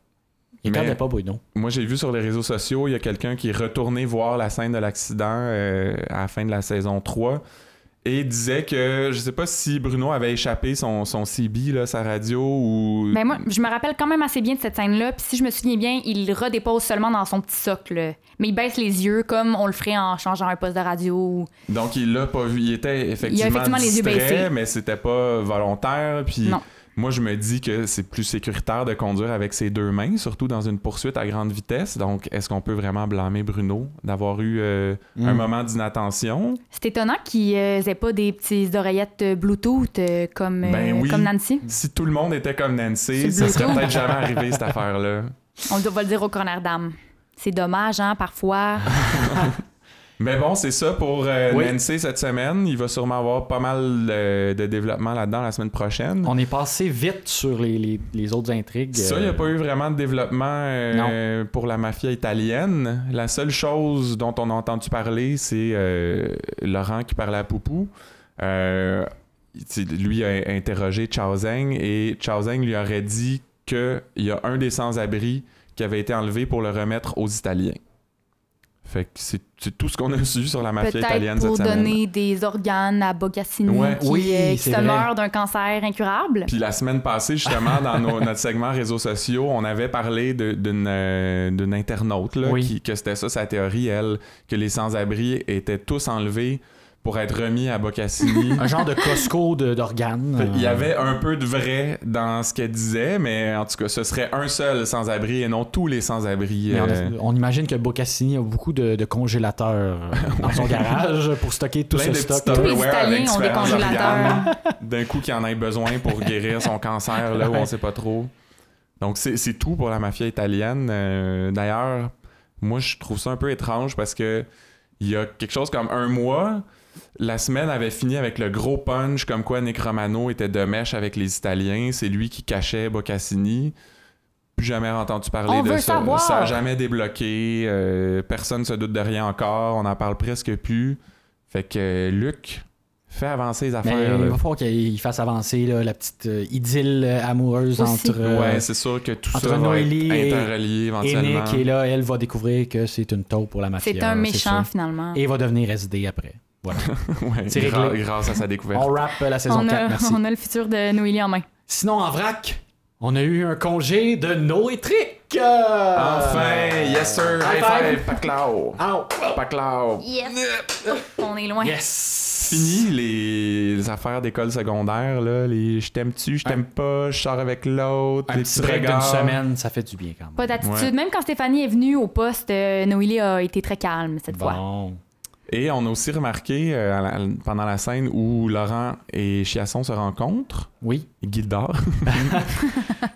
Il Mais- regardait pas Bruno. Moi, j'ai vu sur les réseaux sociaux, il y a quelqu'un qui est retourné voir la scène de l'accident euh, à la fin de la saison 3 et disait que je sais pas si Bruno avait échappé son, son CB, là, sa radio, ou. Ben moi, je me rappelle quand même assez bien de cette scène-là. Puis si je me souviens bien, il le redépose seulement dans son petit socle. Mais il baisse les yeux comme on le ferait en changeant un poste de radio. ou- Donc, il l'a pas vu. Il était effectivement, effectivement les yeux distrait, baissés. mais c'était pas volontaire. Puis Non. moi, je me dis que c'est plus sécuritaire de conduire avec ses deux mains, surtout dans une poursuite à grande vitesse. Donc, est-ce qu'on peut vraiment blâmer Bruno d'avoir eu euh, un moment d'inattention? C'est étonnant qu'ils n'aient pas des petites oreillettes euh, Bluetooth euh, comme, euh, Ben oui. comme Nancy. Si tout le monde était comme C'est Nancy, le ça serait Bluetooth. peut-être jamais arrivé cette affaire-là. On va le dire au corner d'âme. C'est dommage, hein, parfois. Ah, Mais bon, c'est ça pour euh, Oui. Nancy cette semaine. Il va sûrement avoir pas mal euh, de développement là-dedans la semaine prochaine. On est passé vite sur les, les- les autres intrigues. euh, Ça, il n'y a pas eu vraiment de développement euh, pour la mafia italienne. La seule chose dont on a entendu parler, c'est euh, Laurent qui parlait à Poupou. Euh, tu sais, lui a interrogé Chao Zheng et Chao Zheng lui aurait dit qu'il y a un des sans-abri qui avait été enlevé pour le remettre aux Italiens. Fait que c'est c'est tout ce qu'on a su sur la mafia italienne Peut-être pour cette semaine. donner des organes à Bocassini Ouais. qui, Oui, euh, qui c'est se vrai. meurt d'un cancer incurable. Puis la semaine passée, justement, dans nos- notre segment réseaux sociaux, on avait parlé de- d'une euh, d'une internaute, là, Oui. qui- que c'était ça sa théorie, elle, que les sans-abri étaient tous enlevés pour être remis à Bocassini. Un genre de Costco de- d'organes. euh, Il y avait un peu de vrai dans ce qu'elle disait, mais en tout cas, ce serait un seul sans-abri et non tous les sans-abri. Mais on, euh, on imagine que Bocassini a beaucoup de, de congélateurs euh, dans son garage pour stocker tout Plein ce de petits stock. Tous les Tupperware avec Italiens ont des différents organes. congélateurs. d'un coup qu'il en ait besoin pour guérir son cancer, là où on sait pas trop. Donc, c'est c'est tout pour la mafia italienne. Euh, D'ailleurs, moi, je trouve ça un peu étrange parce que il y a quelque chose comme un mois, la semaine avait fini avec le gros punch comme quoi Nick Romano était de mèche avec les Italiens. C'est lui qui cachait Boccassini. Plus jamais entendu parler On de veut ça. savoir. Ça n'a jamais débloqué. Euh, personne se doute de rien encore. On n'en parle presque plus. Fait que euh, Luc, fais avancer les Mais affaires. il là. va falloir qu'il fasse avancer là, la petite euh, idylle euh, amoureuse Aussi. entre, euh, ouais, c'est sûr que tout entre ça va être Noélie et- interrelié et éventuellement. Nick. Et là, elle va découvrir que euh, c'est une taupe pour la mafia. C'est un méchant, sûr. finalement. Et va devenir SD après. Voilà. Ouais, C'est gra- réglé. Grâce à sa découverte. on wrap euh, la saison on, 4, a, merci. on a le futur de Noélie en main. Sinon, en vrac, on a eu un congé de Noétric. Enfin, yes sir, High high five. five, paclao, paclao. On est loin. Yes! Fini les affaires d'école secondaire, là, les je t'aime-tu, je t'aime pas, je sors avec l'autre, Un les petit petits break d'une regards. semaine, ça fait du bien quand même. Pas d'attitude. Ouais. Même quand Stéphanie est venue au poste, euh, Noélie a été très calme cette fois. Bon. Et on a aussi remarqué euh, à la- pendant la scène où Laurent et Chiasson se rencontrent, Oui. Gildor,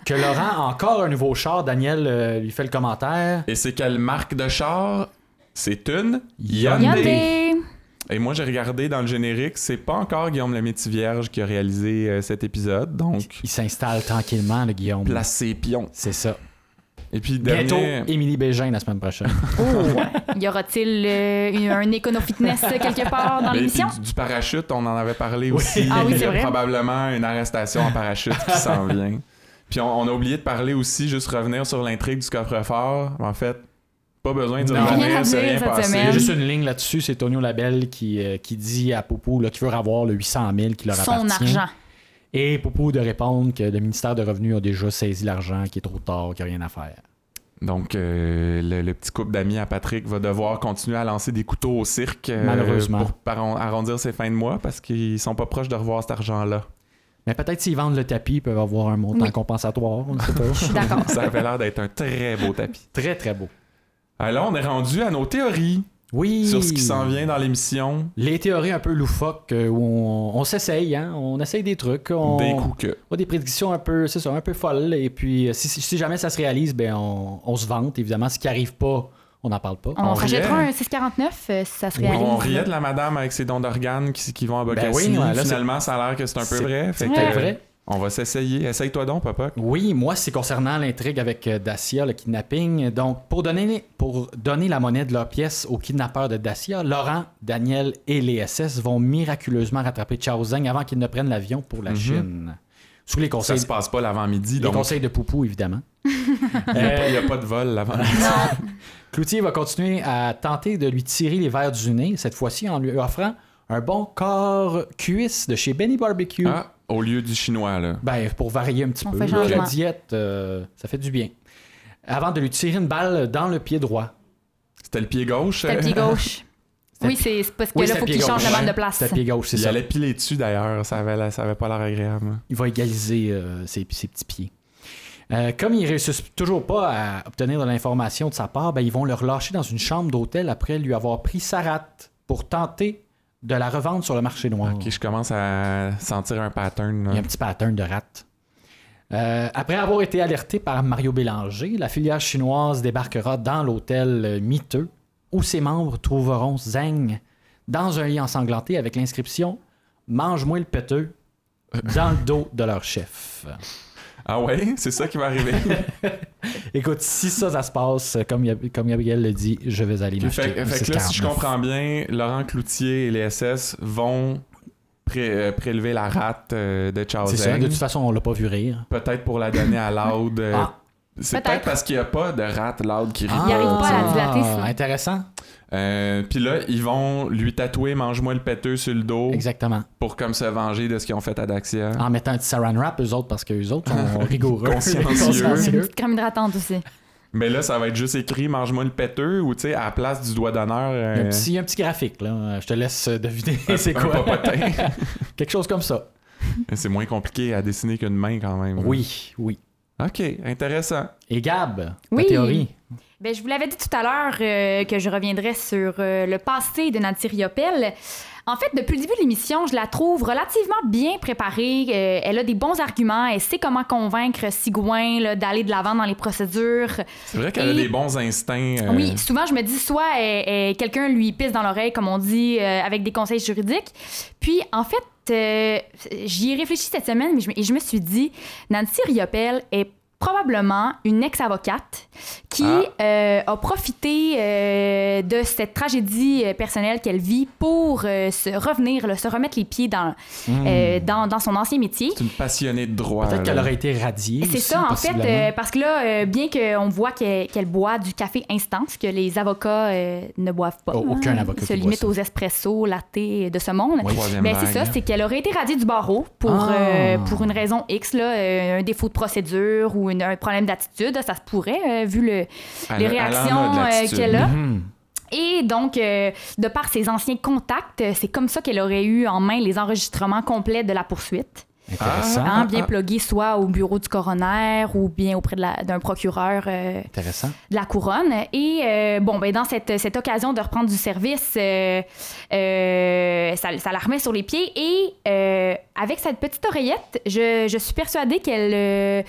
Que Laurent a encore un nouveau char, Daniel euh, lui fait le commentaire. et c'est quelle marque de char C'est une Hyundai. Hyundai! Et moi, j'ai regardé dans le générique, c'est pas encore Guillaume Lemaitre-Vierge qui a réalisé euh, cet épisode, donc Il s'installe tranquillement, le Guillaume. place ses pions. C'est ça. Et puis, Bientôt, dernier... ben, Émilie Bégin la semaine prochaine. Y aura-t-il euh, une- un écono-fitness quelque part Ben, dans Mais l'émission? puis du, du parachute, on en avait parlé aussi. Ah oui, Il y c'est a vrai. probablement une arrestation en parachute qui s'en vient. Puis on, on a oublié de parler aussi, juste revenir sur l'intrigue du coffre-fort. En fait, pas besoin de Non. Rien revenir, à c'est dire rien cette passé. Il y a semaine. juste une ligne là-dessus, c'est Tonio Labelle qui, euh, qui dit à Popo là, qu'il veut avoir le 800 000 qui leur Son appartient. argent. Et Popo de répondre que le ministère de Revenus a déjà saisi l'argent, qu'il est trop tard, qu'il n'y a rien à faire. Donc, euh, le, le petit couple d'amis à Patrick va devoir continuer à lancer des couteaux au cirque euh, Malheureusement. pour paron- arrondir ses fins de mois parce qu'ils sont pas proches de revoir cet argent-là. Mais peut-être s'ils vendent le tapis, ils peuvent avoir un montant Oui. compensatoire, on ne sait Je suis pas. d'accord. Ça avait l'air d'être un très beau tapis. très, très beau. Alors, on est rendu à nos théories Oui. sur ce qui s'en vient dans l'émission. Les théories un peu loufoques euh, où on, on s'essaye, hein? on essaye des trucs, on, Des coups que. on a des prédictions un peu, c'est ça, un peu folles. Et puis, euh, si, si- si jamais ça se réalise, ben on, on se vante. Évidemment, ce qui arrive pas, on n'en parle pas. On riait. rachètera un 649 euh, si ça se réalise. On riait de la madame avec ses dons d'organes qui, qui vont à Ben Bocassini. oui, ouais, là, c'est- Finalement, ça a l'air que c'est un peu c'est- vrai. Fait C'est que, Ouais. euh, vrai. On va s'essayer. Essaye-toi donc, papa. Oui, moi, c'est concernant l'intrigue avec euh, Dacia, le kidnapping. Donc, pour donner, pour donner la monnaie de leur pièce aux kidnappeurs de Dacia, Laurent, Daniel et les SS vont miraculeusement rattraper Chao Zhang avant qu'ils ne prennent l'avion pour la Mhm. Chine. Sous les Ça conseils, se passe pas l'avant-midi, les donc conseils de Poupou, évidemment. Euh, il n'y a, pas de vol Ah, l'avant-midi. Cloutier va continuer à tenter de lui tirer les verres du nez, cette fois-ci en lui offrant un bon corps cuisse de chez Benny Barbecue. Ah, au lieu du chinois, là. Ben, pour varier un petit On peu. fait là, La changement. diète, euh, ça fait du bien. Avant de lui tirer une balle dans le pied droit. C'était le pied gauche. euh, C'était le pied gauche. Oui, c'est c'est parce que Oui, là, c'est faut le qu'il pied change la gauche. balle de place. C'est le pied gauche, c'est Il ça. allait piler dessus, d'ailleurs. Ça avait, la- ça avait pas l'air agréable. Il va égaliser euh, ses, ses petits pieds. Euh, comme ils réussissent toujours pas à obtenir de l'information de sa part, ben, ils vont le relâcher dans une chambre d'hôtel après lui avoir pris sa rate pour tenter de la revendre sur le marché noir. Ok, je commence à sentir un pattern. là. Il y a un petit pattern de rate. Euh, après avoir été alerté par Mario Bélanger, la filière chinoise débarquera dans l'hôtel euh, miteux où ses membres trouveront Zeng dans un lit ensanglanté avec l'inscription Mange-moi le péteux dans le dos de leur chef. Ah ouais, c'est ça qui va arriver. Écoute, si ça, ça se passe, comme, Gab- comme Gabriel le dit, je vais aller Puis m'acheter fait, un fait que là, si je 6,49. comprends bien, Laurent Cloutier et les SS vont pré- euh, prélever la rate euh, de Charles C'est ça, de toute façon, on l'a pas vu rire. Peut-être pour la donner à Loud. euh, Ah. C'est Peut-être. peut-être parce qu'il n'y a pas de rat Loud qui rit. Il arrive pas à la dilater, ça. Ah, Intéressant. Euh, Puis là, ils vont lui tatouer Mange-moi le péteux sur le dos Exactement. pour comme se venger de ce qu'ils ont fait à Daxia. En mettant un petit saran wrap, eux autres, parce qu'eux autres sont rigoureux. Ah. Consciencieux. Une petite crème hydratante aussi. Mais là, ça va être juste écrit Mange-moi le péteux ou tu sais, à la place du doigt d'honneur. Il y a euh, un petit, il y a un petit graphique, là. Je te laisse deviner Ah, c'est un quoi. papotin. Quelque chose comme ça. C'est moins compliqué à dessiner qu'une main quand même. Oui, oui. Ok, intéressant. Et Gab, Oui. ta théorie. Ben, je vous l'avais dit tout à l'heure euh, que je reviendrais sur euh, le passé de Nancy Riopelle. En fait, depuis le début de l'émission, je la trouve relativement bien préparée. Euh, elle a des bons arguments. Elle sait comment convaincre Sigouin là, d'aller de l'avant dans les procédures. C'est vrai qu'elle a Et- des bons instincts. euh, Oui, souvent, je me dis soit elle- elle- quelqu'un lui pisse dans l'oreille, comme on dit, euh, avec des conseils juridiques. Puis, en fait, euh, j'y ai réfléchi cette semaine mais je me- et je me suis dit, Nancy Riopelle est probablement une ex-avocate qui euh, a profité euh, de cette tragédie euh, personnelle qu'elle vit pour euh, se revenir, là, se remettre les pieds dans, euh, dans, dans son ancien métier. C'est une passionnée de droit. Peut-être là. qu'elle aurait été radiée. C'est aussi, ça, en fait, possiblement. euh, parce que là, euh, bien qu'on voit qu'elle qu'elle boit du café instant, ce que les avocats euh, ne boivent pas, Oh, aucun avocat ils se qui boit limitent ça. aux espressos, latés de ce monde. Oui. Troisième Mais Ben, c'est vague, ça, hein. c'est qu'elle aurait été radiée du barreau pour, Ah. euh, pour une raison X, là, euh, un défaut de procédure ou une- un problème d'attitude, ça se pourrait, euh, vu le, Elle- elle en a de les réactions euh, l'attitude. qu'elle a. Mhm. Et donc, euh, de par ses anciens contacts, euh, c'est comme ça qu'elle aurait eu en main les enregistrements complets de la poursuite. Intéressant. Hein, Ah, bien ah. plugué soit au bureau du coroner ou bien auprès de la- d'un procureur euh, Intéressant. de la couronne. Et euh, bon, ben, dans cette, cette occasion de reprendre du service, euh, euh, ça, ça la remet sur les pieds. Et euh, avec cette petite oreillette, je, je suis persuadée qu'elle euh,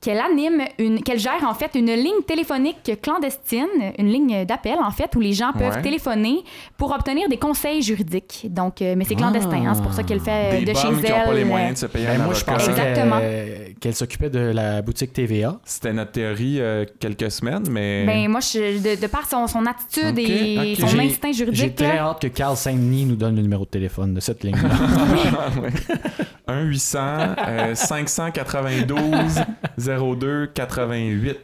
qu'elle anime une qu'elle gère en fait une ligne téléphonique clandestine, une ligne d'appel en fait où les gens peuvent Ouais. téléphoner pour obtenir des conseils juridiques. Donc euh, mais c'est clandestin, hein, c'est pour ça qu'elle fait euh, Ah. Des de chez bonnes elle. qui n'ont pas les euh, moyens de se payer Ben, un moi, je avocat. pensais Exact. qu'elle, Exactement. euh, qu'elle s'occupait de la boutique TVA. C'était notre théorie euh, quelques semaines, mais... Ben moi je- de, de par son, son attitude Ok, et ok. son J'ai- instinct J'ai juridique. très là. hâte que Carl Saint-Denis nous donne le numéro de téléphone de cette ligne-là. 1 800 euh, 592 02 88.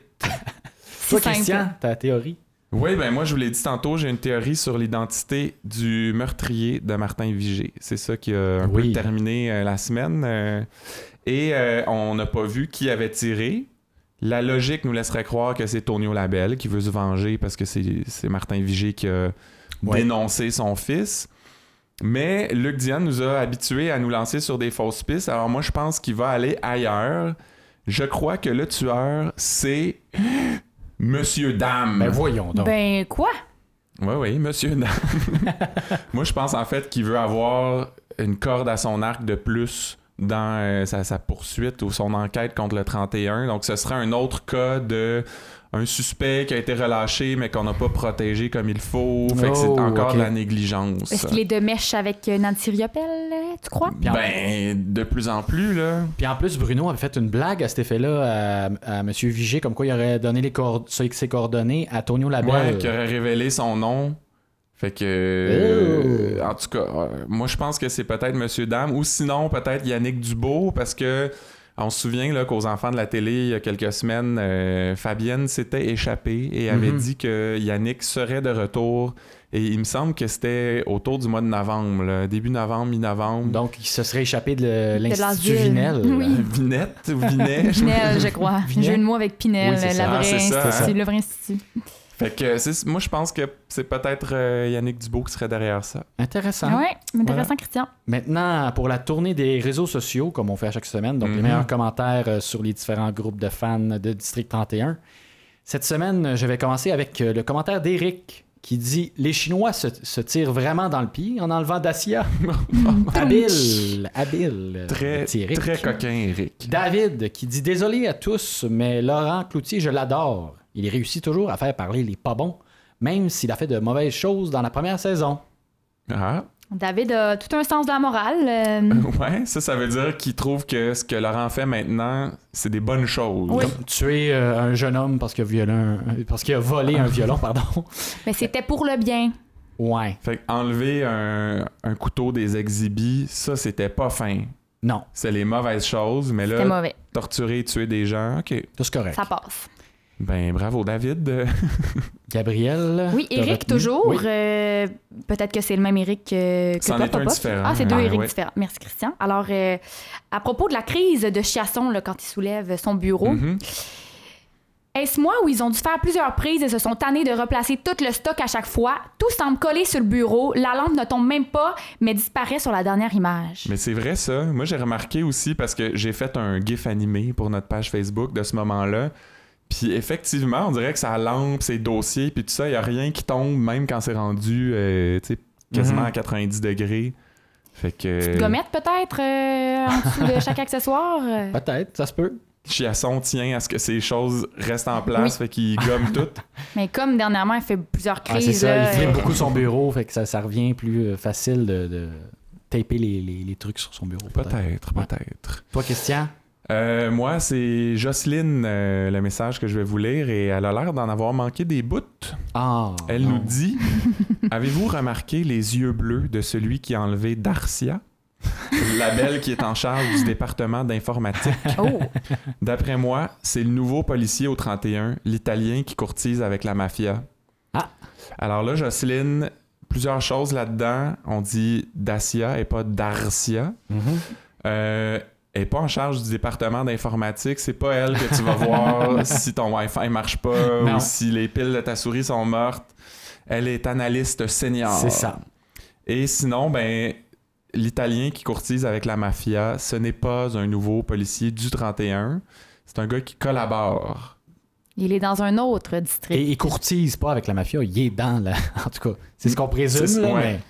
Si Toi, simple. Christian, ta théorie. Oui, ben moi, je vous l'ai dit tantôt, j'ai une théorie sur l'identité du meurtrier de Martin Vigé. C'est ça qui a un Oui. peu terminé euh, la semaine. euh, et euh, on n'a pas vu qui avait tiré. La logique nous laisserait croire que c'est Tonio Labelle qui veut se venger parce que c'est c'est Martin Vigé qui a Ouais. dénoncé son fils. Mais Luc Diane nous a habitués à nous lancer sur des fausses pistes. Alors moi, je pense qu'il va aller ailleurs. Je crois que le tueur, c'est Monsieur Dame. Ben voyons donc. Ben quoi Oui, oui, monsieur. Nam. Moi, je pense en fait qu'il veut avoir une corde à son arc de plus dans euh, sa, sa poursuite ou son enquête contre le 31. Donc, ce serait un autre cas de un suspect qui a été relâché mais qu'on n'a pas protégé comme il faut. Fait que c'est Oh, encore ok. de la négligence. Est-ce qu'il est de mèche avec euh, Nancy Riopelle, euh, tu crois Ben, de plus en plus, là. Puis en plus, Bruno avait fait une blague à cet effet-là à, à M. Vigé, comme quoi il aurait donné les coord- ses ses coordonnées à Tonio Ouais, Labelle. qui aurait révélé son nom. Fait que. Oh. euh, En tout cas, euh, moi, je pense que c'est peut-être Monsieur Dame ou sinon, peut-être Yannick Dubo parce que. On se souvient là, qu'aux enfants de la télé, il y a quelques semaines, euh, Fabienne s'était échappée et avait Mhm. dit que Yannick serait de retour. Et il me semble que c'était autour du mois de novembre, là, début novembre, mi-novembre. Donc, il se serait échappé de le- l'Institut l'asile. Vinel. Oui. Vinette ou Vinet, je Pinel, je crois. Pinel? Jeu de mots avec Pinel, Oui, c'est ça. la Ah, vraie c'est ça, institut, hein. le vrai institut. Fait que c'est- moi, je pense que c'est peut-être euh, Yannick Dubo qui serait derrière ça. Intéressant. Ouais, intéressant, Christian. Maintenant, pour la tournée des réseaux sociaux, comme on fait à chaque semaine, donc les Mhm. meilleurs commentaires euh, sur les différents groupes de fans de District 31. Cette semaine, euh, je vais commencer avec euh, le commentaire d'Éric qui dit Les Chinois se, se tirent vraiment dans le pied en enlevant Dacia. Oh, habile, habile. Très, petit Éric. très coquin, Eric. David qui dit Désolé à tous, mais Laurent Cloutier, je l'adore. Il réussit toujours à faire parler les pas bons, même s'il a fait de mauvaises choses dans la première saison. Ah, David a tout un sens de la morale. euh, Oh. Ouais, ça, ça veut dire qu'il trouve que ce que Laurent fait maintenant, c'est des bonnes choses. Oui. Comme- Tuer euh, un jeune homme parce qu'il a, violé un- parce qu'il a volé un violon, pardon. mais c'était pour le bien. Ouais. Fait enlever un, un couteau des exhibits, ça, c'était pas fin. Non, C'est les mauvaises choses, mais C'était là, mauvais. torturer, tuer des gens, Euh, ok. tout c'est correct. Ça passe. Ben, bravo, David. Gabriel. Oui, t'as Eric retenu? toujours. Oui. euh, Peut-être que c'est le même Eric que, que C'en toi, est un Popoff. différent. Ah, c'est deux Ah, Eric ouais. différents. Merci, Christian. Alors, euh, à propos de la crise de Chiasson, là, quand il soulève son bureau, Mhm. Est-ce moi où ils ont dû faire plusieurs prises et se sont tannés de replacer tout le stock à chaque fois? Tout semble collé sur le bureau, la lampe ne tombe même pas, mais disparaît sur la dernière image. Mais c'est vrai, ça. Moi, j'ai remarqué aussi parce que j'ai fait un GIF animé pour notre page Facebook de ce moment-là. Puis effectivement, on dirait que ça lampe, ses dossiers, puis tout ça, il n'y a rien qui tombe, même quand c'est rendu euh, tu sais, quasiment Mhm. à 90 degrés. Fait Petite que. gommette peut-être euh, en dessous de chaque accessoire? euh. Peut-être, ça se peut. Chiasson tient à ce que ces choses restent en place, fait qu'il gomme tout. Mais comme dernièrement, il fait plusieurs Ah, c'est crises. ça, là, il flippe euh, beaucoup son bureau, fait que ça, ça revient plus euh, facile de, de taper les, les- les trucs sur son bureau. peut-être. Peut-être, peut-être. Toi, Christian, Euh, moi, c'est Jocelyne, euh, le message que je vais vous lire, et elle a l'air d'en avoir manqué des bouts. Ah, Elle non. nous dit Avez-vous remarqué les yeux bleus de celui qui a enlevé Darcia La belle qui est en charge du département d'informatique. Oh, D'après moi, c'est le nouveau policier au 31, l'Italien qui courtise avec la mafia. Ah. Alors là, Jocelyne, plusieurs choses là-dedans. On dit Dacia et pas Darcia. Mhm. Euh, elle n'est pas en charge du département d'informatique. C'est pas elle que tu vas voir si ton Wi-Fi marche pas Non. ou si les piles de ta souris sont mortes. Elle est analyste senior. C'est ça. Et sinon, ben, l'Italien qui courtise avec la mafia, ce n'est pas un nouveau policier du 31. C'est un gars qui collabore. il est dans un autre district. Et il courtise pas avec la mafia, il est dans la. En tout cas, c'est ce qu'on présume, C'est- là, ouais. mais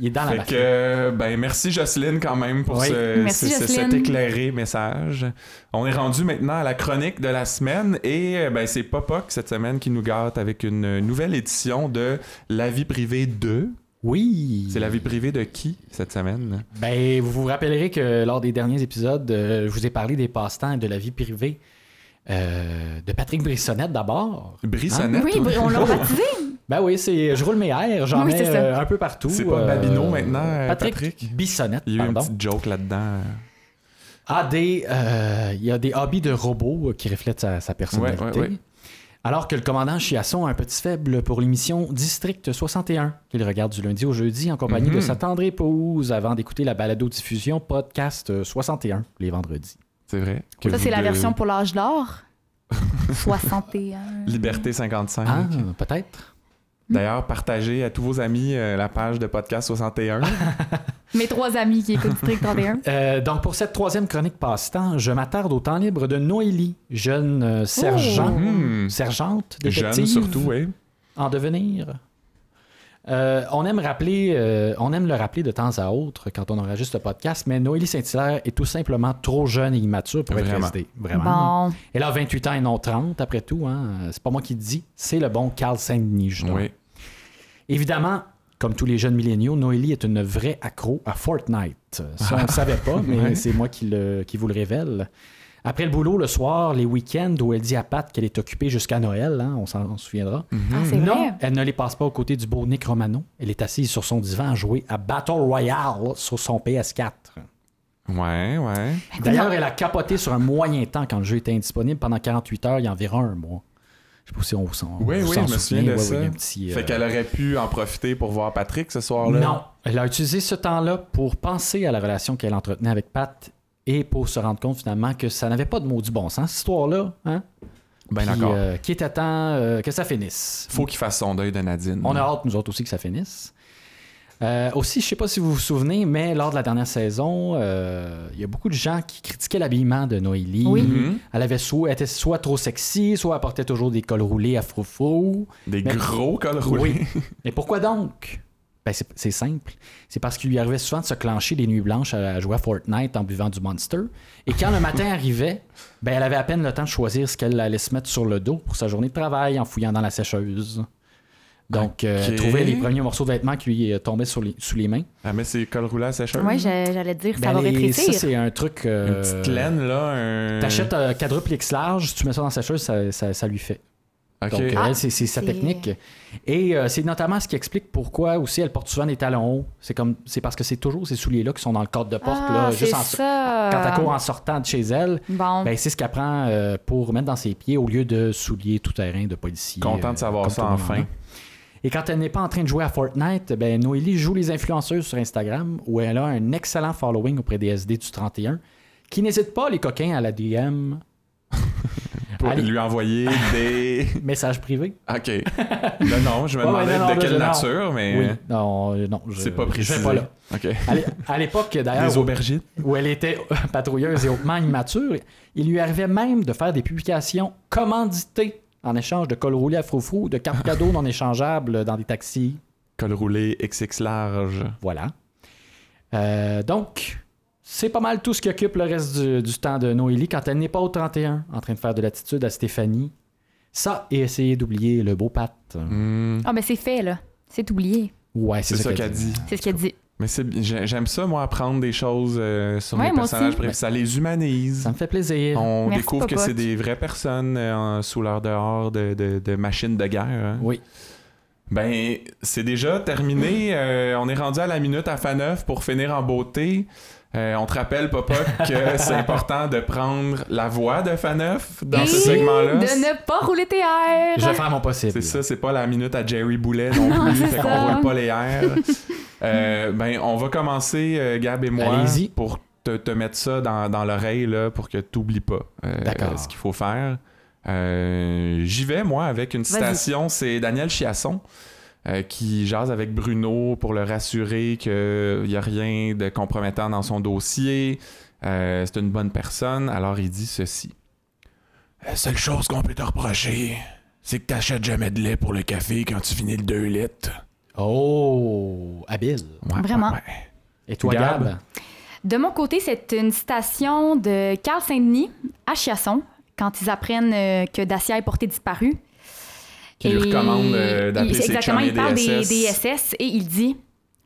Il est dans la Fait mafia. que, ben, merci Jocelyne quand même pour Oui. ce- Merci, ce- ce- Jocelyne. cet éclairé message. On est rendu maintenant à la chronique de la semaine et euh, ben, c'est Popoc cette semaine qui nous gâte avec une nouvelle édition de La vie privée de. Oui. C'est la vie privée de qui cette semaine? Ben, vous vous rappellerez que lors des derniers épisodes, euh, je vous ai parlé des passe-temps et de la vie privée euh, de Patrick Brissonnette d'abord. Brissonnette. Ah Oui, on l'a baptisé. Ben oui, c'est je roule mes airs, j'en Oui, mets c'est ça. euh, un peu partout. C'est pas Babineau maintenant, euh, Patrick, Patrick? Bissonnette, Il y a eu une pardon. petite joke là-dedans. Ah, des, euh, il y a des hobbies de robots euh, qui reflètent sa, sa personnalité. Ouais, ouais, ouais. Alors que le commandant Chiasson a un petit faible pour l'émission District 61, qu'il regarde du lundi au jeudi en compagnie Mhm. de sa tendre épouse avant d'écouter la balado-diffusion podcast 61 les vendredis. C'est vrai. Que Ça, vous c'est la de- version pour l'âge d'or. 61. Liberté 55. Ah, peut-être. D'ailleurs, partagez à tous vos amis euh, la page de podcast 61. Ah, Mes trois amis qui écoutent District 31. Euh, donc, pour cette troisième chronique passe-temps, je m'attarde au temps libre de Noélie, jeune euh, sergent, Hmm. sergente, Jeune détective, surtout, oui. en devenir. Euh, on, aime rappeler, euh, on aime le rappeler de temps à autre quand on enregistre le podcast, mais Noélie Saint-Hilaire est tout simplement trop jeune et immature pour être Vraiment. restée. Vraiment. Bon. Elle a 28 ans et non 30, après tout. Hein. C'est pas moi qui le dis, c'est le bon Carl Saint-Denis, justement. Oui. Évidemment, comme tous les jeunes milléniaux, Noélie est une vraie accro à Fortnite. Euh, Ça, on ne le savait pas, mais Ah. Ouais. c'est moi qui, le- qui vous le révèle. Après le boulot, le soir, les week-ends où elle dit à Pat qu'elle est occupée jusqu'à Noël, hein, on s'en on se souviendra. Mhm. Ah, c'est Non, vrai. elle ne les passe pas aux côtés du beau Nick Romano. Elle est assise sur son divan à jouer à Battle Royale sur son PS4. Ben, Ouais, ouais. D'ailleurs, elle a capoté sur un moyen temps quand le jeu était indisponible pendant 48 heures, il y a environ un mois. Je sais pas si on vous s'en Oui, vous oui, s'en je me souviens souvient. de Ouais, ça. oui, il y a un petit, euh, Fait qu'elle aurait pu en profiter pour voir Patrick ce soir-là. Non, elle a utilisé ce temps-là pour penser à la relation qu'elle entretenait avec Pat et pour se rendre compte finalement que ça n'avait pas de maudit bon sens, cette histoire-là. Hein? Ben Puis, d'accord. euh, qui est à temps euh, que ça finisse. Faut qu'il fasse son deuil de Nadine. On a hâte, nous autres aussi, que ça finisse. Euh, aussi, je sais pas si vous vous souvenez, mais lors de la dernière saison, euh, il y a beaucoup de gens qui critiquaient l'habillement de Noélie. Oui. Mhm. Elle avait soit, était soit trop sexy, soit elle portait toujours des cols roulés à froufrou. Des Mais- gros cols roulés. Oui. Mais pourquoi donc? Ben, c'est c'est simple. C'est parce qu'il lui arrivait souvent de se clencher les nuits blanches à, à jouer à Fortnite en buvant du Monster. Et quand le matin arrivait, ben, elle avait à peine le temps de choisir ce qu'elle allait se mettre sur le dos pour sa journée de travail en fouillant dans la sécheuse. Donc, euh, Ok. elle trouvait les premiers morceaux de vêtements qui lui euh, tombaient sur les- sous les mains. Elle met ses cols roulés à sécheuse. Oui, j'allais dire, ça Ben, va les- ça, rétrécir. c'est un truc... euh, Une petite laine, là. Un... T'achètes un quadruple X large, tu mets ça dans la sécheuse, ça- ça- ça lui fait. Ok. Donc, euh, Ah, elle, c'est c'est sa c'est- technique. Et euh, c'est notamment ce qui explique pourquoi aussi elle porte souvent des talons hauts. C'est comme c'est parce que c'est toujours ces souliers-là qui sont dans le cadre de porte, là, Ah, juste c'est en, ça. quand elle court en sortant de chez elle. Bon. Ben, c'est ce qu'elle prend euh, pour mettre dans ses pieds au lieu de souliers tout-terrain de policier. Content de euh, savoir comme ça tout le monde, enfin. hein. Et quand elle n'est pas en train de jouer à Fortnite, ben, Noélie joue les influenceuses sur Instagram où elle a un excellent following auprès des SD du 31 qui n'hésite pas, les coquins, à la DM, Pour Allez. lui envoyer des. message privé. Ok. Non, non, je me Ouais, ouais, demandais non, non, de quelle non. nature, mais Oui, non, euh, non, je Eh. c'est pas je vais précisé. pas là. Ok. À l'é- À l'époque, Des d'ailleurs, où, aubergines. où elle était euh, patrouilleuse et hautement immature, il lui arrivait même de faire des publications commanditées en échange de cols roulés à froufrou, de cartes cadeaux non échangeables dans des taxis. Col roulé XX large. Voilà. Euh, donc, c'est pas mal tout ce qui occupe le reste du, du temps de Noélie quand elle n'est pas au 31, en train de faire de l'attitude à Stéphanie. Ça, et essayer d'oublier le beau Pat. Hmm. Ah, ben c'est fait, là. C'est oublié. Ouais, Mm. c'est C'est ça qu'elle dit. C'est ce qu'elle dit. Mais c'est bi- j'ai- j'aime ça, moi, apprendre des choses euh, sur Ouais, mes moi personnages aussi. préférés. Ça les humanise. Ça me fait plaisir. On Merci, découvre que Popoc. c'est des vraies personnes euh, en- sous leur dehors de, de, de machines de guerre. hein. Oui. Ben, c'est déjà terminé. Euh, on est rendu à la minute à F9 pour finir en beauté. Euh, on te rappelle, Papa, que c'est important de prendre la voix de F9 dans Et ce segment-là. De ne pas rouler tes airs. Je vais faire mon possible. C'est ça, c'est pas la minute à Jerry Boulet non plus. Non, c'est fait qu'on ça. roule pas les airs. Euh, ben, on va commencer, euh, Gab et moi, Allez-y. pour te, te mettre ça dans, dans l'oreille là, pour que tu n'oublies pas euh, D'accord. ce qu'il faut faire. Euh, J'y vais, moi, avec une Vas-y. citation. C'est Daniel Chiasson. euh, qui jase avec Bruno pour le rassurer qu'il n'y a rien de compromettant dans son dossier, euh, c'est une bonne personne, alors il dit ceci. La seule chose qu'on peut te reprocher, c'est que t'achètes jamais de lait pour le café quand tu finis le 2 litres. Oh, habile. Ouais, Vraiment. ouais, ouais. Et toi, Gab? Gab? De mon côté, c'est une citation de Carl Saint-Denis à Chiasson quand ils apprennent euh, que Dacia est portée disparue. Qui lui recommande euh, il- d'appeler ses Exactement, chums il parle les des, DSS. des SS et il dit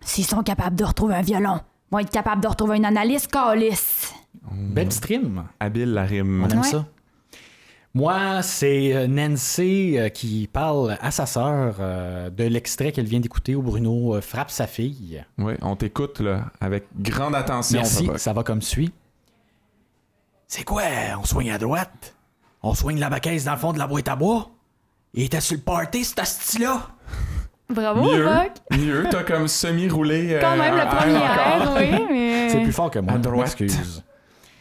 S'ils sont capables de retrouver un violon, vont être capables de retrouver une analyse, calice. Belle stream. Habile la On rime. aime Ouais. ça. Moi, c'est euh, Nancy euh, qui parle à sa sœur euh, de l'extrait qu'elle vient d'écouter où Bruno euh, frappe sa fille. Ouais, on t'écoute là, avec grande attention. Merci, Fabrice. ça va comme suit. C'est quoi? On soigne à droite? On soigne la baquette dans le fond de la boîte à bois? Il était sur le party, cet asti-là! Bravo, Mieux, Rock. mieux, t'as comme semi-roulé. euh, Quand même, le un premier encore. air, oui. Mais... C'est plus fort que moi, À je droite. m'excuse.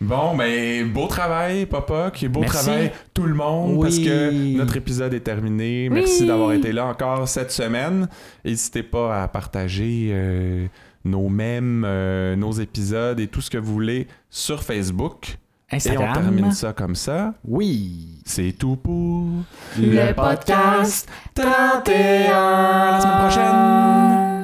Bon, ben, beau travail, Papa, qui est beau Merci. travail, tout le monde, Oui. parce que notre épisode est terminé. Merci d'avoir été là encore cette semaine. N'hésitez pas à partager euh, nos mèmes, euh, nos épisodes et tout ce que vous voulez sur Facebook. Et on termine Instagram. ça comme ça. Oui. C'est tout pour Le podcast 31. La semaine prochaine.